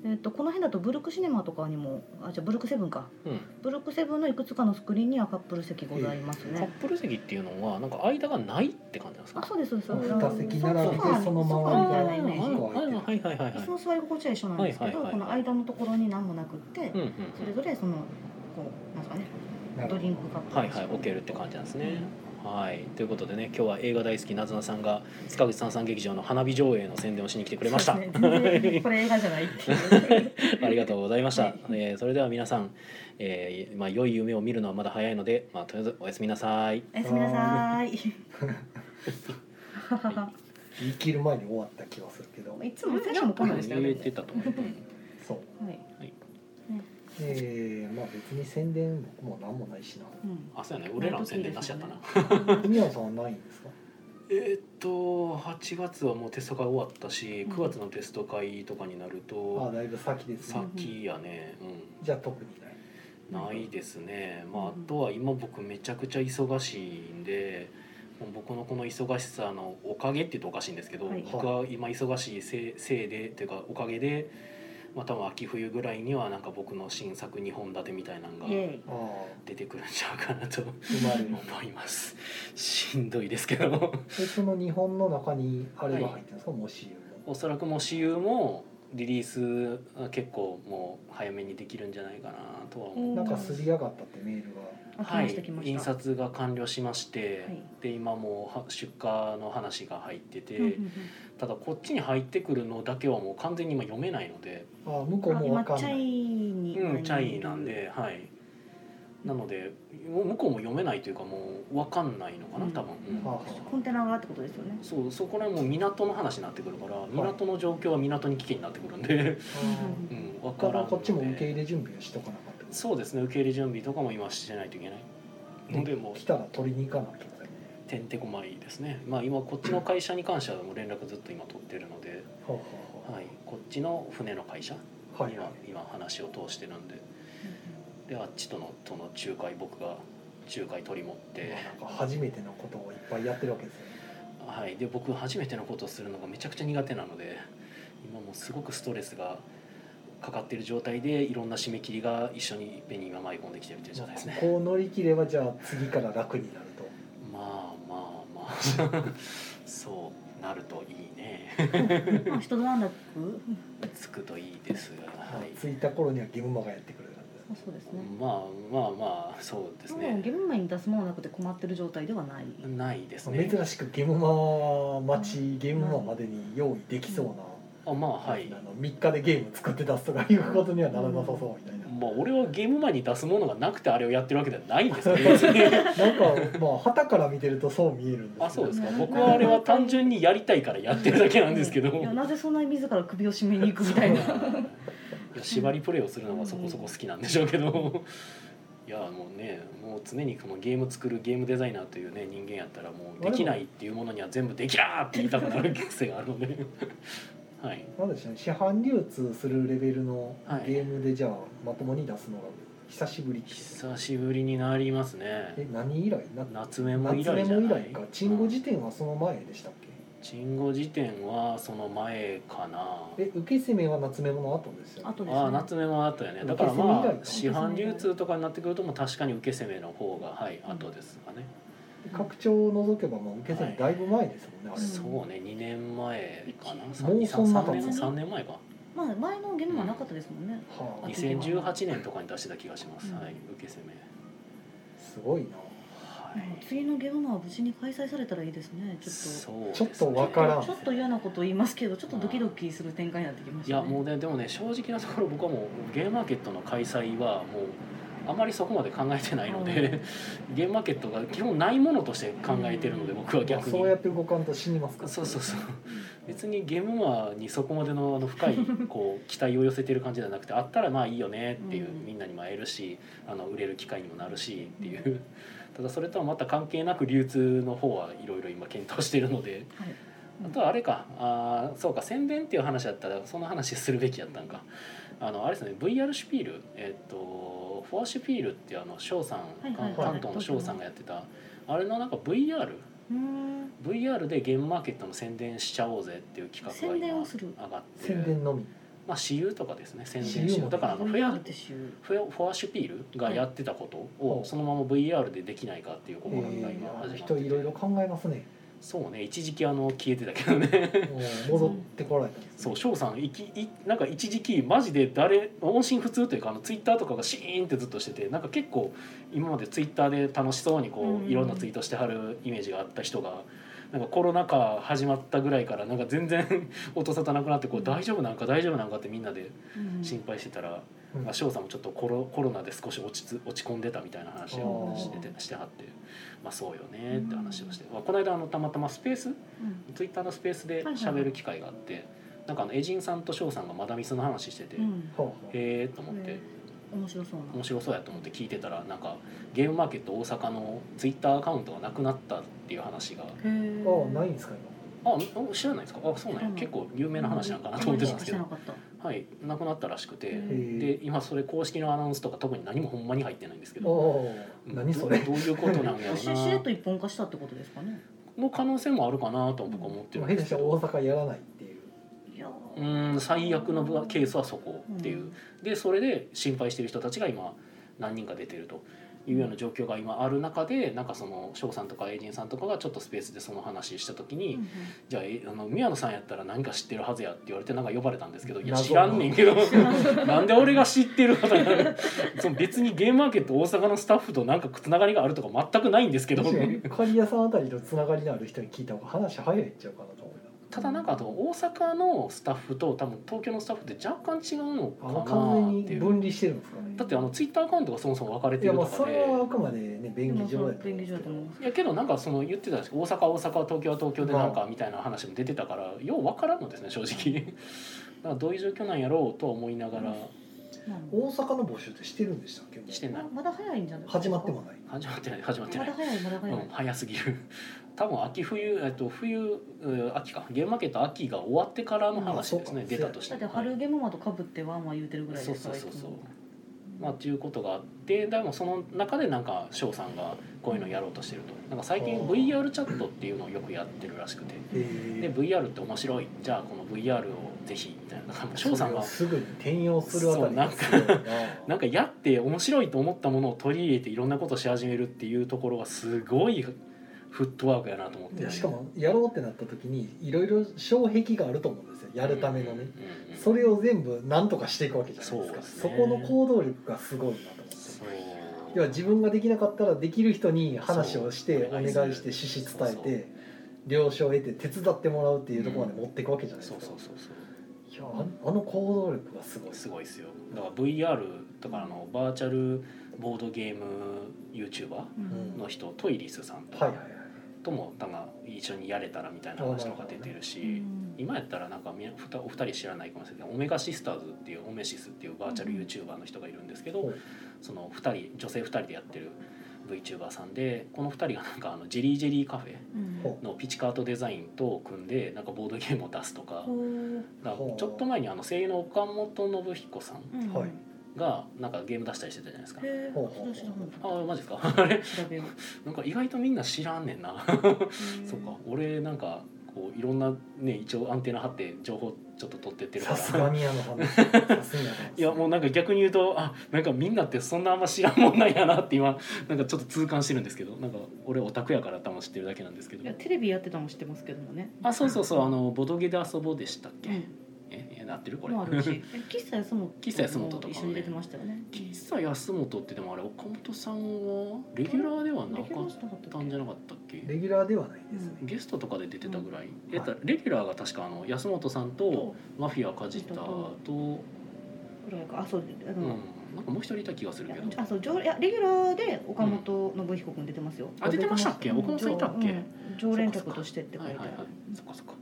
えっと、この辺だとブルックシネマとかにもあじゃあブルックセブンかうん、うんブルックセブンのいくつかのスクリーンにはカップル席ございますカッね、プル席っていうのはなんか間がないって感じなんですかあそうですそうですあの二席並べてソファーその周ソうフあァーみたいなイーメージーあーはいはいはいは椅い子の座り心地は一緒なんですけはいはどいはいこの間のところに何もなくってうんうんそれぞれそのこうなんですかねなるドほどリンクカップはいはい置けるって感じなんですねはい、ということでね今日は映画大好きなずなさんが塚口三三劇場の花火上映の宣伝をしに来てくれました、そうです ね全然これ映画じゃないっていう。ありがとうございました、はいえーそれでは皆さん、えーまあ、良い夢を見るのはまだ早いので、まあ、とりあえずおやすみなさいおやすみなさい。言い切る前に終わった気はするけどいつも最初もこんなんでしたよ言えね。てたと思う、うんそうはい。えー、まあ別に宣伝僕も何もないしなうん。あそうやね俺らの宣伝なしやったな、宮野さんはないんですかえーっと8月はもうテスト会終わったしうん9月のテスト会とかになるあとだいぶ先ですね先やね、うん、じゃあ特になないいですね、まあ、あうんとは今僕めちゃくちゃ忙しいんでもう僕のこの忙しさのおかげって言うとおかしいんですけど、はい僕は今忙しいせいせいでというかおかげで、まあ、多分秋冬ぐらいにはなんか僕の新作2本立てみたいなのがイエイ。ああ出てくるんちゃうかなと生まれる思いますしんどいですけどえその日本の中にあれが入ってるんですか、もし言うおそらくもう私有もリリースあ結構もう早めにできるんじゃないかなとは思うおのなんかすり上がったってメールがあ来はまいした来ま、した。印刷が完了しまして、はいで今もうは出荷の話が入ってて、うんうんうん。ただこっちに入ってくるのだけはもう完全に今読めないので、あ向こうあも今わかんチなャイいに。うん、チャイなん。で、はい、なのでもう向こうも読めないというかもう分かんないのかなうん多分、うんはコンテナがってことですよね。そうそこら辺もう港の話になってくるから港の状況は港に危機になってくるんで、 あうん、分あかだかららんのでこっちも受け入れ準備をしとかなかったですそうですね受け入れ準備とかも今してないといけないのでもう来たら取りに行かなきゃいけないてんてこまいですねまあ今こっちの会社に関してはもう連絡ずっと今取ってるので、はあははい、こっちの船の会社にあははいはい今話を通してるんでであっちとのとの仲介僕が仲介取り持って、なんか初めてのことをいっぱいやってるわけですよねはい、で僕初めてのことをするのがめちゃくちゃ苦手なので今もうすごくストレスがかかってる状態でいろんな締め切りが一緒にいっぺんに今舞い込んできてるっていう状態ですね。こう乗り切ればじゃあ次から楽になるとまあまあまあそうなるといいねまあ人と段落。つくといいですが、はい、着いた頃にはゲムマがやってくれるんですあそうですね。まあまあまあそうですもうねゲーム前に出すものなくて困ってる状態ではない。ないですね珍しくゲムマ待ちゲムマまでに用意できそうな、あまあはいあの3日でゲーム作って出すとかいうことにはならなさそうみたいな、まあ俺はゲーム前に出すものがなくてあれをやってるわけではないんですけど 別になんかまあ旗から見てるとそう見えるんですけどあそうですかうん僕はあれは単純にやりたいからやってるだけなんですけどいやなぜそんなに自ら首を絞めに行くみたいな。いや縛りプレイをするのがそこそこ好きなんでしょうけどいやもうねもう常にこのゲーム作るゲームデザイナーというね人間やったらもうできないっていうものには全部できらーって言いたくなる癖があるのではいなんでしょうね市販流通するレベルのはいゲームでじゃあまともに出すのが久しぶりです久しぶりになりますねえ何以来な夏メモ以夏来メじゃモ以な来いかチンゴ辞典はその前でしたっチンゴ辞典はその前かなけ、え受け攻めは夏メモの後ですよねあとですね。ああ夏メモあったよねだからま受あけ市攻め以来か販流通とかになってくるともう確かに受け攻めの方がはい後ですかね、拡張を除けばもう受け攻めだいぶ前ですもんね、んあれそうね2年前かなもうそんな3年経つ3年前かまあ前のゲームはなかったですもんね。はあ、 2018年とかに出してた気がします、はい受け攻めすごいなはい次のゲームは無事に開催されたらいいですね。ちょっと。そうですちょねっとわからんちょっと嫌なこと言いますけどちょっとドキドキする展開になってきましいたねやもうねでもね正直なところ僕はもうゲームマーケットの開催はもうあまりそこまで考えてないので、ゲームマーケットが基本ないものとして考えてるので僕はまあ逆に、そうやって動かんと死にますからそうそうそう別にゲームマにそこまでのあの 深いこう期待を寄せてる感じじゃなくてあったらまあいいよねっていう、うんみんなにも会えるしあの売れる機会にもなるしっていうただそれとはまた関係なく流通の方はいろいろ今検討してるのではいあとはあれかあーそうか宣伝っていう話だったらその話するべきやったんかあのあれですね VR シュピールえっとフォアシュピールっていうあの翔さん、はいはいはい関東の翔さんがやってたあれのなんか VR うーん VR でゲームマーケットの宣伝しちゃおうぜっていう企画が宣伝今をする上がって宣伝のみまあ私有とかですね宣私伝有しよもうだからあのフェアってしゅフェアフォアシュピールがやってたことはをいそのまま VR でできないかっていう試みがえ今ー、始まって人ていろいろ考えますねそうね一時期あの消えてたけどねもう戻ってこられたんですそう翔さんいきいなんか一時期マジで誰音信不通というかあのツイッターとかがシーンってずっとしててなんか結構今までツイッターで楽しそうにこう、うんうんいろんなツイートしてはるイメージがあった人が。なんかコロナ禍始まったぐらいからなんか全然 音沙汰なくなってこう大丈夫なんか大丈夫なんかってみんなでうん心配してたらうんまあ、翔さんもちょっとコロコロナで少し落ちつ落ち込んでたみたいな話をあーしててしてはって、まあ、そうよねって話をして、まあ、この間あのたまたまスペースツイッターのスペースで喋る機会があって、なんかあのエジンさんと翔さんがマダミスの話してて、うんうへんほうえと思って、へ面白そう面白そうやと思って聞いてたらなんかゲームマーケット大阪のツイッターアカウントがなくなったっていう話がなへえあないんですかあん知らないですかあそうなんや、うん結構有名な話なんかなと思ってたんですけうどん、知らなかったはいなくなったらしくて。へ今ーで今それ公式のアナウンスとか特に何もほんまに入ってないんですけおどおー何それどういうことなん やろししれっうと一本化したってことですかねなの可能性もあるかなと僕は思ってでもるん弊ですけ社ど大阪やらないっていういやうーん最悪のぶケースはそこっていう、でそれで心配してる人たちが今何人か出てるというような状況が今ある中でなんかその翔さんとかエイジンさんとかがちょっとスペースでその話した時に、じゃあえあの宮野さんやったら何か知ってるはずやって言われてなんか呼ばれたんですけどいや謎の知らんねんけどなんで俺が知ってることになるその別にゲームマーケット大阪のスタッフとなんかつながりがあるとか全くないんですけど確か に刈谷さんあたりとつながりのある人に聞いた方が話早いっちゃうかなと思うなただなんかあと大阪のスタッフと多分東京のスタッフって若干違うのあのか完な全っにていう分離してるんですかねだってあのツイッターアカウントがそもそも分かれいてやるまとあそかれはあで。くまでね便宜上だと思うんですけどうんいやけどなんかその言ってたんです大阪は大阪東京は東京でなんかみたいな話も出てたからよう分からんのですね正直 だからどういう状況なんやろうとは思いながら大阪の募集ってしてるんでしたっけもうしてないままだ早いんじゃない始まってもない始まってない始まってまないだ早いまだ早い、うん、早すぎる多分秋冬えっと冬うん秋かゲームマーケット秋が終わってからの話ですね、うんそ出うかたとしてだっても春ゲモマとかぶってワンワン言うてるぐらいそでうすそかうらそうそういまあっていうことがあってでもその中でなんか翔さんがこういうのやろうとしてるとなんか最近あー VR チャットっていうのをよくやってるらしくてでえ VR って面白いじゃあこの VR をぜひみたいななんかー翔さんがそれをすぐに転用するあたりがそうなんすごいなんかやって面白いと思ったものを取り入れていろんなことし始めるっていうところがすごいフットワークやなと思っいてやしかもやろうってなった時にいろいろ障壁があると思うんですよやるためのね、うんうんうんそれを全部何とかしていくわけじゃないですかそそうですねこの行動力がすごいなと思ってそう要は自分ができなかったらできる人に話をしてそうお願いしてお願いする趣旨伝そうえて了承を得て手伝ってもらうっていうところまで持っていくわけじゃないでそうすそかうそうそいやああの行動力がすごいうすごいですよだから VR とかあのバーチャルボードゲーム YouTuber うんうんの人トイリスさんとはいかはいはいともなんか一緒にやれたらみたいな話とか出てるし今やったらなんかみふたお二人知らないかもしれないオメガシスターズっていうオメシスっていうバーチャル YouTuber の人がいるんですけどはいその二人女性二人でやってる VTuber さんでこの二人がなんかあのジェリージェリーカフェうんほのピチカートデザインと組んでなんかボードゲームを出すとかほうだからほうちょっと前にあの声優の岡本信彦さんうんはいへがなんかゲーム出したりしてたじゃないですか。えほうほう知らなかっあマジですか あれた調べようなんか意外とみんな知らんねんなそうか俺なんかこういろんなね一応アンテナ張って情報ちょっと取ってってるかさすがらにあ の話さすがにあの話いやもうなんか逆に言うとあなんかみんなってそんなあんま知らんもんなんやなって今なんかちょっと痛感してるんですけどなんか俺オタクやから多分知ってるだけなんですけいやどテレビやってたのも知ってますけどもねあそうそうそうあのボドゲで遊ぼうでしたっけ、うんええなってるこれも あるしえ喫茶安本喫茶安本とかもね一緒に出てましたよね喫茶安本ってでもあれ岡本さんはレギュラーではなかったんじゃなかったっけレギュラーではないですね、ゲストとかで出てたぐらい、んえっとレギュラーが確かあの安本さんととマフィア梶田と、ぐらいかあそうあうんの、なんかもう一人いた気がするいやけどあそう常いやレギュラーで岡本信彦君出てますよ、あ出てましたっけう岡本さんいたっけうん常連客としてって書いはいてはいあはいる、そっかそっか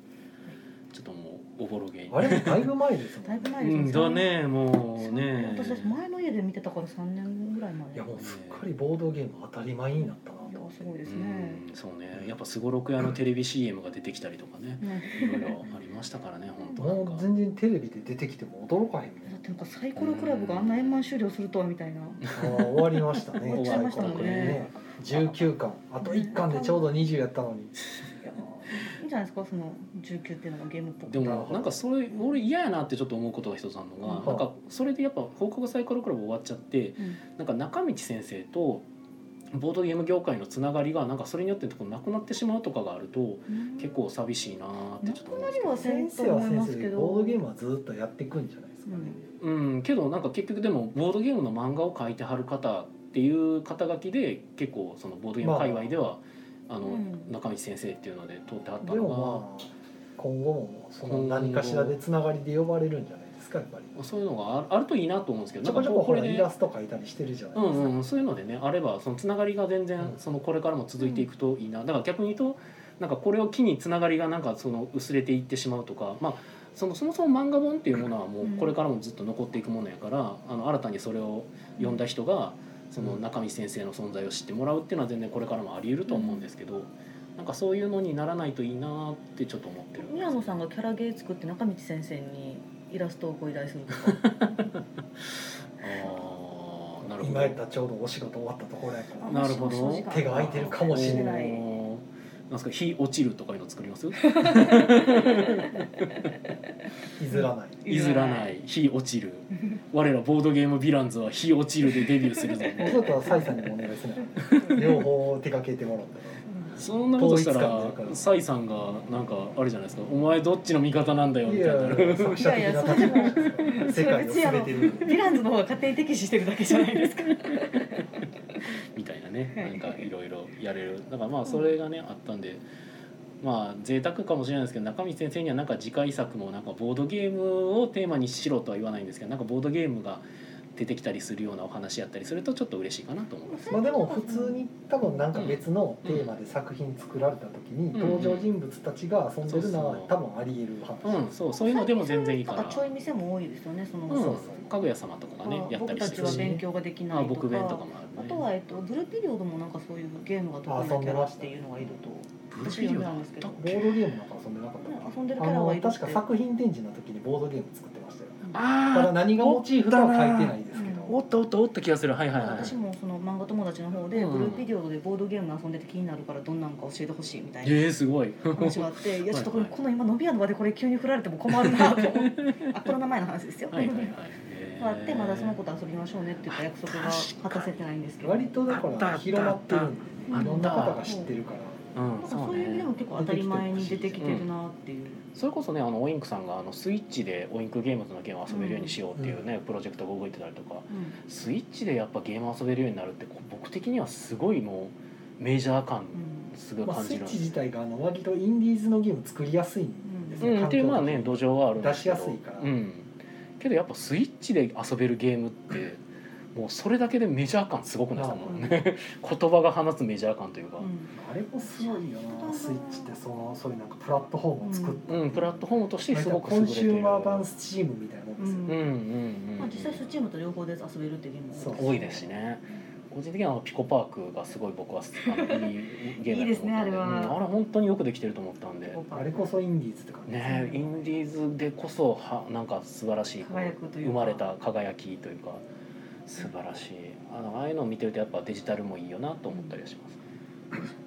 ちょっともうおぼろげにあれもだいぶ前ですもだいうんねぶ前ですんだねもうね私たち前の家で見てたから3年ぐらい前いやもうすっかりボードゲーム当たり前になったなといやすごいうですねんそうねやっぱすごろく屋のテレビ CM が出てきたりとかねねいろいろありましたからね本当もなうんか全然テレビで出てきても驚かへんねだってなんかサイコロクラブがあんな円満終了するとはみたいなあー終わりましたね。終わっちゃいましたもんね19巻あと1巻でちょうど20やったのにいやいいんじゃないですかその19っていうのがゲームっぽくでてもなんかそれ俺嫌やなってちょっと思うことが一つあるのが、うんなんかそれでやっぱ「報告サイコロクラブ」終わっちゃってうんなんか中道先生とボードゲーム業界のつながりがなんかそれによってこうなくなってしまうとかがあると結構寂しいなーってちょっと思うんですけどなくなりはせん先生は先生でボードゲームはずっとやっていくんじゃないですかね、うん、けどなんか結局でもボードゲームの漫画を描いてはる方っていう肩書きで結構そのボードゲーム界隈では、あのうん中道先生っていうので通ってはったでのが、もまあ今後もその何かしらでつながりで呼ばれるんじゃないですかやっぱりそういうのがあるあるといいなと思うんですけちどょこちなょんかここほれらでイラスト描いたりしてるじゃなういですか、んうん、そういうのでねあればそのつながりが全然うんそのこれからも続いていくといいな、だから逆に言うとなんかこれを機につながりがなんかその薄れていってしまうとか、まあ、そのそもそも漫画本っていうものはもううんこれからもずっと残っていくものやからあの新たにそれを読んだ人がそのうん中道先生の存在を知ってもらうっていうのは全然これからもあり得ると思うんですけど、なんかそういうのにならないといいなってちょっと思ってる宮野さんがキャラゲー作って中道先生にイラストをご依頼するとかあーなるほど今やったらちょうどお仕事終わったところやか なるほどもしもしお時間手が空いてるかもしれないおーなんすか火落ちるとかいうの作りますら譲らない、譲らない火落ちる我らボードゲームヴィランズは火落ちるでデビューするぞそうだったらサイさんにもお願いする 両方手掛けてもらったらそんなことした統ら一感出るからサイさんがなんかあれじゃないですか「お前どっちの味方なんだよ」いみたいやな。作者的な立場ですよ世界を全てるヴィランズの方が勝手に敵視してるだけじゃないですか みたいなねはいなんかいろいろやれるだからまあそれがね、あったんでまあ贅沢かもしれないですけど中道先生にはなんか次回作もなんかボードゲームをテーマにしろとは言わないんですけどなんかボードゲームが出てきたりするようなお話やったりするとちょっと嬉しいかなと思 います。まあでも普通に多分なんか別のテーマで作品作られた時にうん登場人物たちが遊んでるのはそうそう多分あり得る話、うん、そうそういうのでも全然いいからなんちょい店も多いですよねその、うんそうかぐや様とかがねやった僕りしたてちるはし、勉強ができあないと僕か弁とかもああるとねは、えっと、ブルーピリオドもなんかそういうゲームが得意なキャラっていうのがいるとブルーピリオドだったっボけードゲームなんか遊んでなかったねか遊んでるなキャラあがいのるって確か作品展示の時にボードゲーム作ってましたよただああ何がモチーフかは書いてないですけおどったおったおった気がするはいはいはい私もその漫画友達の方で、うんブルーピリオドでボードゲーム遊んでて気になるからどんなんか教えてほしいみたいなえー、すごい話があって、いやちょっとこれはいはいこの今飲み屋の場でこれ急に振られても困るなと思って あこの名前の話ですよ。 はいはいはい、あってまだその子と遊びましょうねって言った約束が果たせてないんですけど。割とだあっかたあらった広まってるんであったいろんな方が知ってるからうんなんかそそうういう意味でねも結構当たり前に出てきてるなっていう。それこそねあのオインクさんがあのスイッチでオインクゲームズのゲームを遊べるようにしようっていうね、プロジェクトが動いてたりとかスイッチでやっぱゲーム遊べるようになるってこう僕的にはすごいもうメジャー感すごいまあ、感スじイるんッでチす自体があの割とインディーズのゲーム作りやすいんですうよ、ん、っていうまあね土壌はあるんですけど出しやすいからうん、けどやっぱスイッチで遊べるゲームってもうそれだけでメジャー感すごくないですか、うもうね 言葉が放つメジャー感というか、あれもすごいよなスイッチってそのそういうなんかプラットフォームを作って、うんプラットフォームとしてすごく優コれンてシるューマー版スチームみたいなもんですよ、うんうんうん、まあ実際スチームと両方で遊べるっていうゲームもそう多いですしね個人的にはあのピコパークがすごい僕はあのいいゲームだと思ったんでいいですねあれはうんあれ本当によくできてると思ったんであれこそインディーズって感じですねインディーズでこそはなんか素晴らしい輝くという生かまれた輝きというか素晴らしいあのああいうのを見てるとやっぱデジタルもいいよなと思ったりはします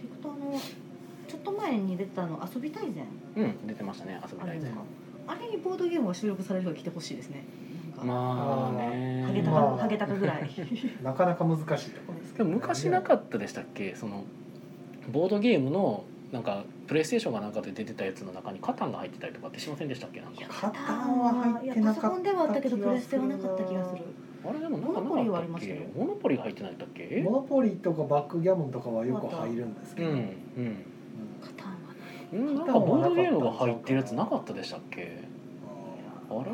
それとあのちょっと前に出たあの遊び大全うん出てましたね遊びあたるいんでですすか。あれにボードゲームが収録される人が来てほしいですね。なんかまあねハゲタカまあハゲタカぐら い。なかなか難しいところですでけども昔なかったでしたっけそのボードゲームのなんかプレイステーションかなんかで出てたやつの中にカタンが入ってたりとかってしませんでしたっけなんかカタンは入ってなかったいやパソコンではあったけどプレステはなかった気がする。あれでもなんかなモノポリはかあったっりましたよけモノポリが入ってないんだっけモノポリとかバックギャモンとかはよく入るんですうけんど、うんうんカタンはうんなんかボードゲームが入ってるやつなかったでしたっけあれ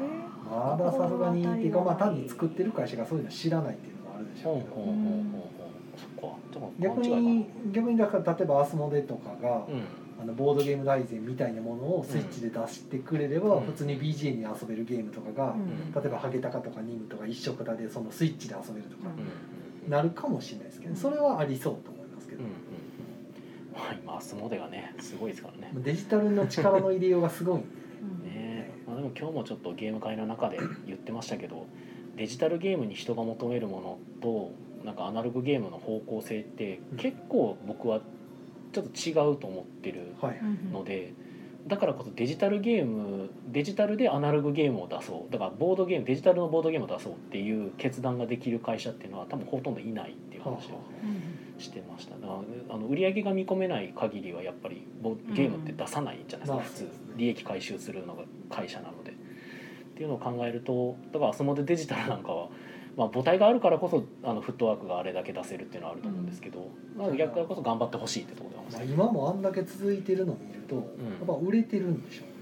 まださすがにっていうかまあ単に作ってる会社がそういうの知らないっていうのもあるでしほょんうほんほけんどほんほんそっかちょっと逆勘違いかなに逆にだから例えばアスモデとかが、うんあのボードゲーム大全みたいなものをスイッチで出してくれれば、うん普通に BGM に遊べるゲームとかが、うん例えばハゲタカとかニムとか一色たでそのスイッチで遊べるとかうんなるかもしれないですけど、うんそれはありそうと思いますけうどんうん、まあ今アスモデがねすごいですからねデジタルの力の入れようがすごいんでねねまあ、でも今日もちょっとゲーム会の中で言ってましたけどデジタルゲームに人が求めるものとなんかアナログゲームの方向性って結構僕はちょっと違うと思ってるはい、のでだからこそデジタルゲームデジタルでアナログゲームを出そうだからボードゲームデジタルのボードゲームを出そうっていう決断ができる会社っていうのは多分ほとんどいないっていう話をうんしてましただからねあの売り上げが見込めない限りはやっぱりボゲームって出さないじゃないですか、うん普通利益回収するのが会社なのでっていうのを考えるとだからアスモデデジタルなんかは、まあ、母体があるからこそあのフットワークがあれだけ出せるっていうのはあると思うんですけど、まあ、逆からこそ頑張ってほしいってところではまあ、今もあんだけ続いてるのを見ると、んやっぱ売れてるんでしょうね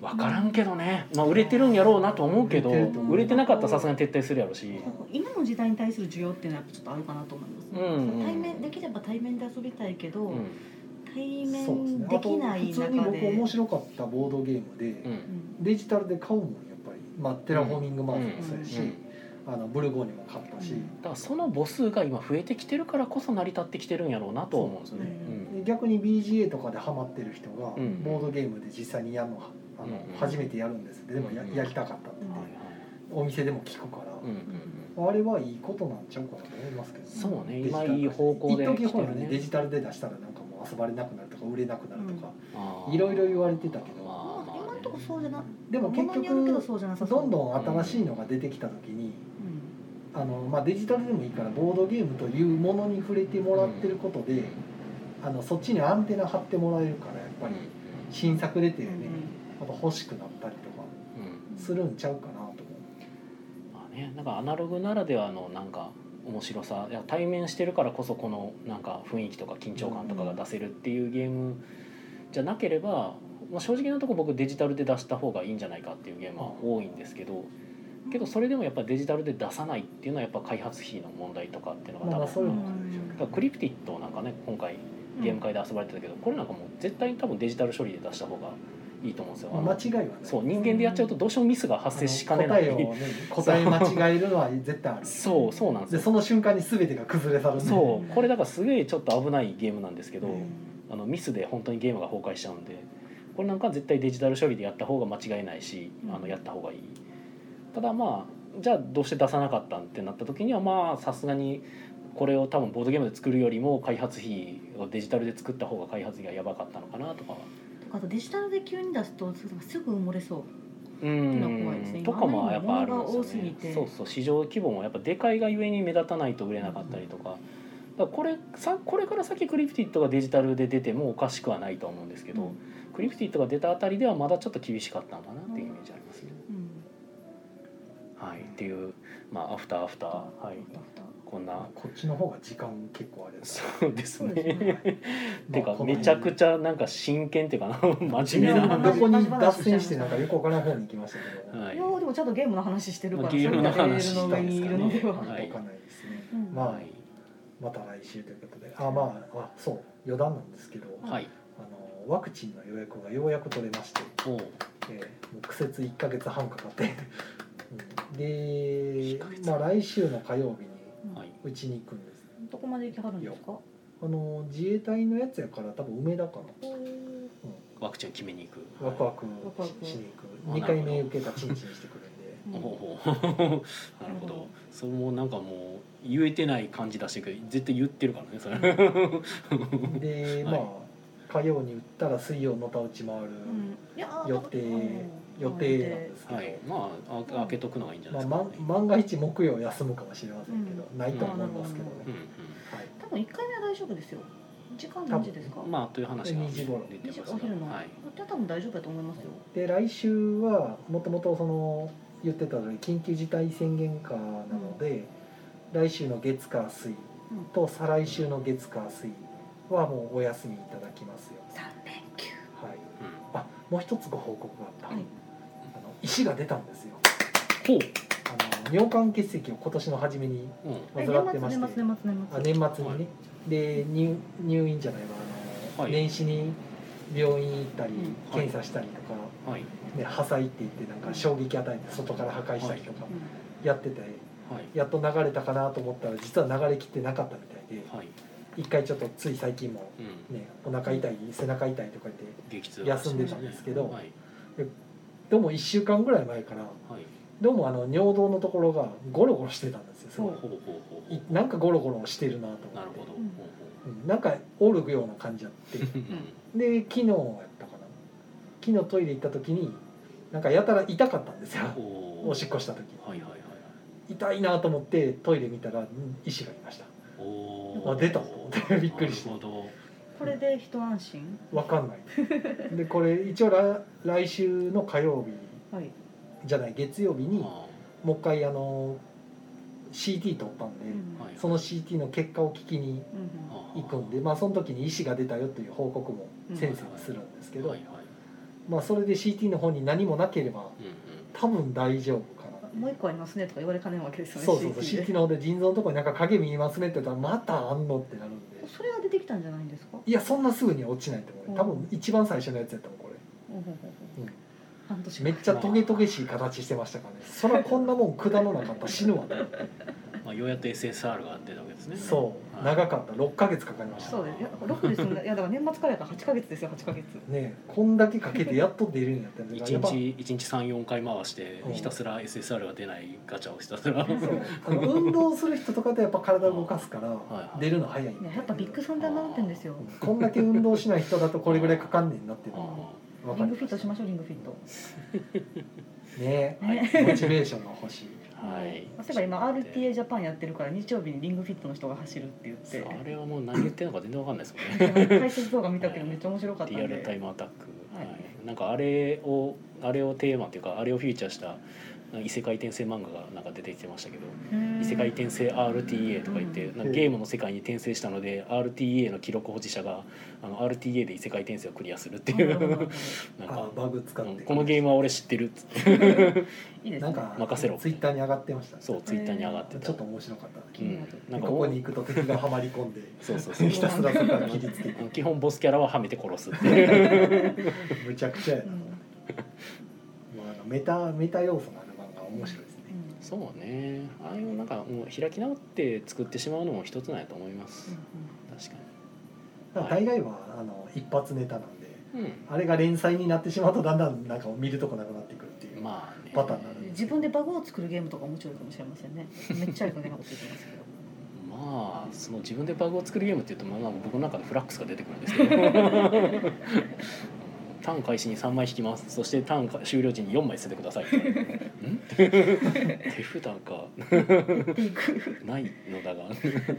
分からんけどね、まあ、売れてるんやろうなと思うけど売れてると思う売れてなかったらさすがに撤退するやろうし。今の時代に対する需要っていうのはやっぱちょっとあるかなと思います、うんうん対面できれば対面で遊びたいけど、うん対そうですね面あできとない普通中でに僕面白かったボードゲームで、うんデジタルで買うもんやっぱり、まあ、テラフォーミングマーズもそうやし、うんあのブルゴーニュも買ったし、うんだからその母数が今増えてきてるからこそ成り立ってきてるんやろうなとは思うんですよね。うで逆に BGA とかでハマってる人がボうんードゲームで実際にやるのはあの、うん初めてやるんですでもや,、うんやりたかったって言うんっはていはいお店でも聞くから、うんうんうんあれはいいことなんちゃうかなと思いますけど、そうねデジタル今化いい方向で一時来てほるねらねデジタルで出したらなんかもう遊ばれなくなるとか売れなくなるとか、あーいろいろ言われてたけどまあまあね今のとこそうじゃなでも結物によるけど局そうじゃなさそうどんどん新しいのが出てきた時に、うんあのまあ、デジタルでもいいからボードゲームというものに触れてもらってることで、あのそっちにアンテナ張ってもらえるからやっぱり新作出てね、やっぱ欲しくなったりとかうんうんするんちゃうかなとまあねなんかアナログならではのなんか面白さいや対面してるからこそこのなんか雰囲気とか緊張感とかが出せるっていうゲームじゃなければ、まあ、正直なとこ僕デジタルで出した方がいいんじゃないかっていうゲームは多いんですけど。けどそれでもやっぱデジタルで出さないっていうのはやっぱ開発費の問題とかっていうの思う、がまあ、多そう分いうのもあるでしょうだけかどらクリプティットなんかね今回ゲーム会で遊ばれてたけど、これなんかもう絶対に多分デジタル処理で出した方がいいと思うんですよ。あのまあ、間違いはねそう人間でやっちゃうとどうしてもミスが発生しかねないあの答えをね答え間違えるのは絶対あるそうそうなんですでよその瞬間に全てが崩れ去るんでそうこれだからすげえちょっと危ないゲームなんですけど、うんあのミスで本当にゲームが崩壊しちゃうんでこれなんかは絶対デジタル処理でやった方が間違いないしあのやった方がいいただまあじゃあどうして出さなかったんってなった時にはまあさすがにこれを多分ボードゲームで作るよりも開発費をデジタルで作った方が開発費がやばかったのかなとかはとかあとデジタルで急に出すとすぐ埋もれそうのは怖いですねんとかもやっぱあるん今あんまり物が多ですすよぎねてそうそう市場規模もやっぱでかいがゆえに目立たないと売れなかったりとか,、だからこれさこれから先クリプティットがデジタルで出てもおかしくはないと思うんですけど、クリプティットが出たあたりではまだちょっと厳しかったのかなっていうイメージありますね。うんはい、っていう、まあ、アフターアフター、はい、こんなこっちの方が時間結構あれですそうですそうですねね。 てかめちゃくちゃなんか真剣っていうかな真い面目やなどこに脱線してなんかよくわからん方に行きましたけど、はいいやでもちゃんとゲームの話してるからゲームの話それがレールの上にいるのでは、したんですかねわかんないですね、うんまあはいまた来週ということであまああそう余談なんですけど、あはいのワクチンの予約がようやく取れまして、おうえーもう苦節1ヶ月半かかって、うんで一ヶ、月まあ、来週の火曜日にうんはいうちに行くんですどこまで行きはるんですかあの自衛隊のやつやから多分梅田かなワクチン決めに行くワクワワクワククししに行あく2回目受けたチンチンしてくるんでうんほう ほうなるほどそれもなんかもう言えてない感じ出してるけど絶対言ってるからねそれ で、はいまあ火曜に打ったら水曜のたうち回るうんいやー予定、うん予定なんですけど、はいまああ開けとくのがいいんじゃないまであすか、ま万が一木曜休むかもしれませんけど、うないと思いますけどね、うんはい、多分一回目は大丈夫ですよ時間何時ですかうん、まあという話が2時頃出てますお昼の、はいじゃあ多分大丈夫だと思いますよ、で来週はもともとその言ってた通り緊急事態宣言下なので、来週の月火水と再来週の月火水はもうお休みいただきますよ、三連休はうい、んあもう一つご報告があった、はいあの石が出たんですよほあの尿管結石を今年の初めにう、うん、え患年って末まし年て末年末年あ末年末にね、で入入院じゃないわあの、はい年始に病院行ったりうんはい検査したりとか、はいね、破砕って言ってなんか衝撃与えて外から破壊したりとかうやってて、はいやっと流れたかなと思ったら実は流れきってなかったみたいではい一回ちょっとつい最近も、うんね、お腹痛い背中痛いとか言っ激て痛休んでたんですけどはいどうも1週間ぐらい前からはいどうもあの尿道のところがゴロゴロしてたんですよすほうごほうほうほういいなんかゴロゴロしてるなとなる思ってほど、うんほううんなんかおるような感じあってほうで昨日やったかな昨日トイレ行った時になんかやたら痛かったんですようんおーおしっこした時はいはいはい痛いなと思ってトイレ見たら石がいましたおあ出た びっくりしてなるほどこれで一安心わか んないでこれ一応来来週の火曜日はいじゃない月曜日にあもう一回あの CT 撮ったんで、うんーはいその CT の結果を聞きにうんあー行くんでまあその時に石が出たよという報告も先生にするんですけど、はいはいまあそれで CT の方に何もなければうんうん多分大丈夫かなうんもう一個ありますねとか言われかねないわけですよねそうそうそう CT で CT の方で腎臓のところになんか影見えますねって言ったらまたあんのってなるんでそれは出てきたんじゃないんですかいやそんなすぐには落ちないと思うよ多分一番最初のやつやったもんこれほうほうほうほううん半年めっちゃトゲトゲしい形してましたからねそらこんなもん管のなかったら死ぬわ ねまあ、ようやって SSR が出たわけですねそうはい長かった6ヶ月かかりましたそうですいや6ですねいやだから年末からやから8ヶ月ですよ8ヶ月ねえこんだけかけてやっと出るんやったら一やっ ぱ日一日三四回回してうんひたすら SSR が出ないガチャをひたす らあの運動する人とかでやっぱ体を動かすからはい出るの早いいややっぱビッグサンダーマウンテンですよこんだけ運動しない人だとこれぐらいかかんねんなってい うあのがわリかンるグフィットしましょうリングフィットねーはいえモチベーションが欲しいはいそういえば今 RTA ジャパンやってるから日曜日にリングフィットの人が走るって言っそうあてれはもう何言ってるのか全然わかんないですもんね 解説動画見たけどめっちゃ面白かったんリアルタイでムアタック、ははいいなんかあれをあれをテーマというかあれをフィーチャーした異世界転生漫画がなんか出てきてましたけど「異世界転生 RTA」とか言ってうなんかゲームの世界に転生したので RTA の記録保持者があの RTA で異世界転生をクリアするっていうなるほどなるほなんあかバグ使っうんてこのゲームは俺知ってるっつって どいいですなねんか任せろツイッターに上がってましたねそうツイッターに上がってたちょっと面白かったね気になるなんでかここに行くと敵がはまり込んでそうそうそう ひたすらそこから切りつけて基本ボスキャラははめて殺すっていうむちゃくちゃやうな、んもうあのメタメタ要素のある漫画面白いですね、うんそうねああいうなんかもう開き直って作ってしまうのも一つなんやと思います確かだから大概はあの一発ネタなんでにうんあれが連載になってしまうとだんだんなんか見るとこなくなってくるっていう、まあねパターンになるうん自分でバグを作るゲームとか面白いかもしれませんねめっちゃありかけなこと言ってますけまどあその自分でバグを作るゲームっていうとまあまあ僕の中でフラックスが出てくるんです けどターン開始に3枚引きますそしてターン終了時に4枚捨ててくだ さいん手札がっていくないのだがはいというこ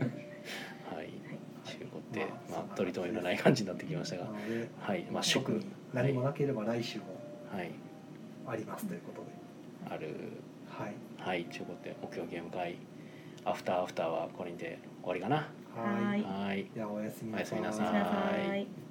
とで、まあまあ、取り留めのない感じになってきましたながのではいまあ特祝に何もなければ来週もはいありますということで、あるはいはいということで目標ゲーム会アフターアフターはこれにて終わりかなはいはいはいではおやすみおやすみなおやすみなはさいい